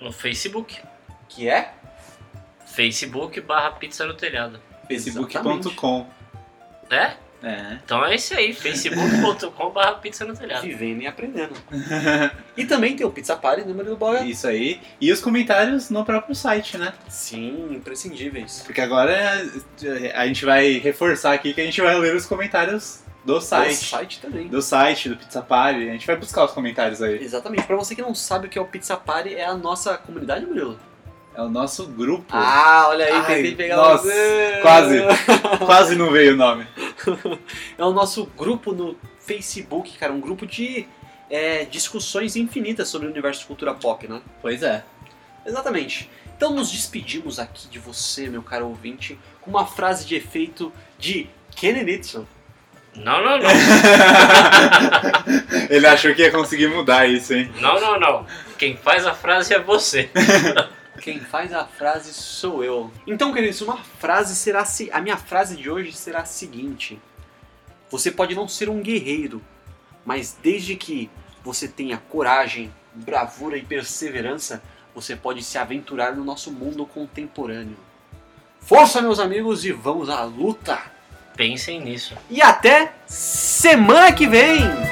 No Facebook.
Que é?
Facebook barra pizza no telhado.
Exatamente.
facebook.com
Né?
É.
Então é isso aí, facebook.com barra pizza no telhado.
Vivendo e aprendendo. E também tem o Pizza Party, né, Murilo Boga?
É, Isso aí. E os comentários no próprio site, né?
Sim, imprescindíveis.
Porque agora eh, a gente vai reforçar aqui que a gente vai ler os comentários do
O
site.
site também.
Do site, do Pizza Party. A gente vai buscar os comentários aí.
Exatamente. Pra você que não sabe o que é o Pizza Party, é a nossa comunidade, Murilo?
É o nosso grupo.
Ah, olha
Ai,
Nossa,
nossa, [laughs] quase. Quase não veio o nome.
É o nosso grupo no Facebook, cara. Um grupo de é, discussões infinitas sobre o universo de cultura pop, né?
Pois é.
Exatamente. Então nos despedimos aqui de você, meu caro ouvinte, com uma frase de efeito de Kennedy.
Não, não, não.
[laughs] Ele achou que ia conseguir mudar isso, hein?
Não, não, não. Quem faz a frase é você.
Quem faz a frase sou eu. Então, queridos, uma frase será se- a minha frase de hoje será a seguinte: Você pode não ser um guerreiro, mas desde que você tenha coragem, bravura e perseverança, você pode se aventurar no nosso mundo contemporâneo. Força, meus amigos, e vamos à luta.
Pensem nisso.
E até semana que vem.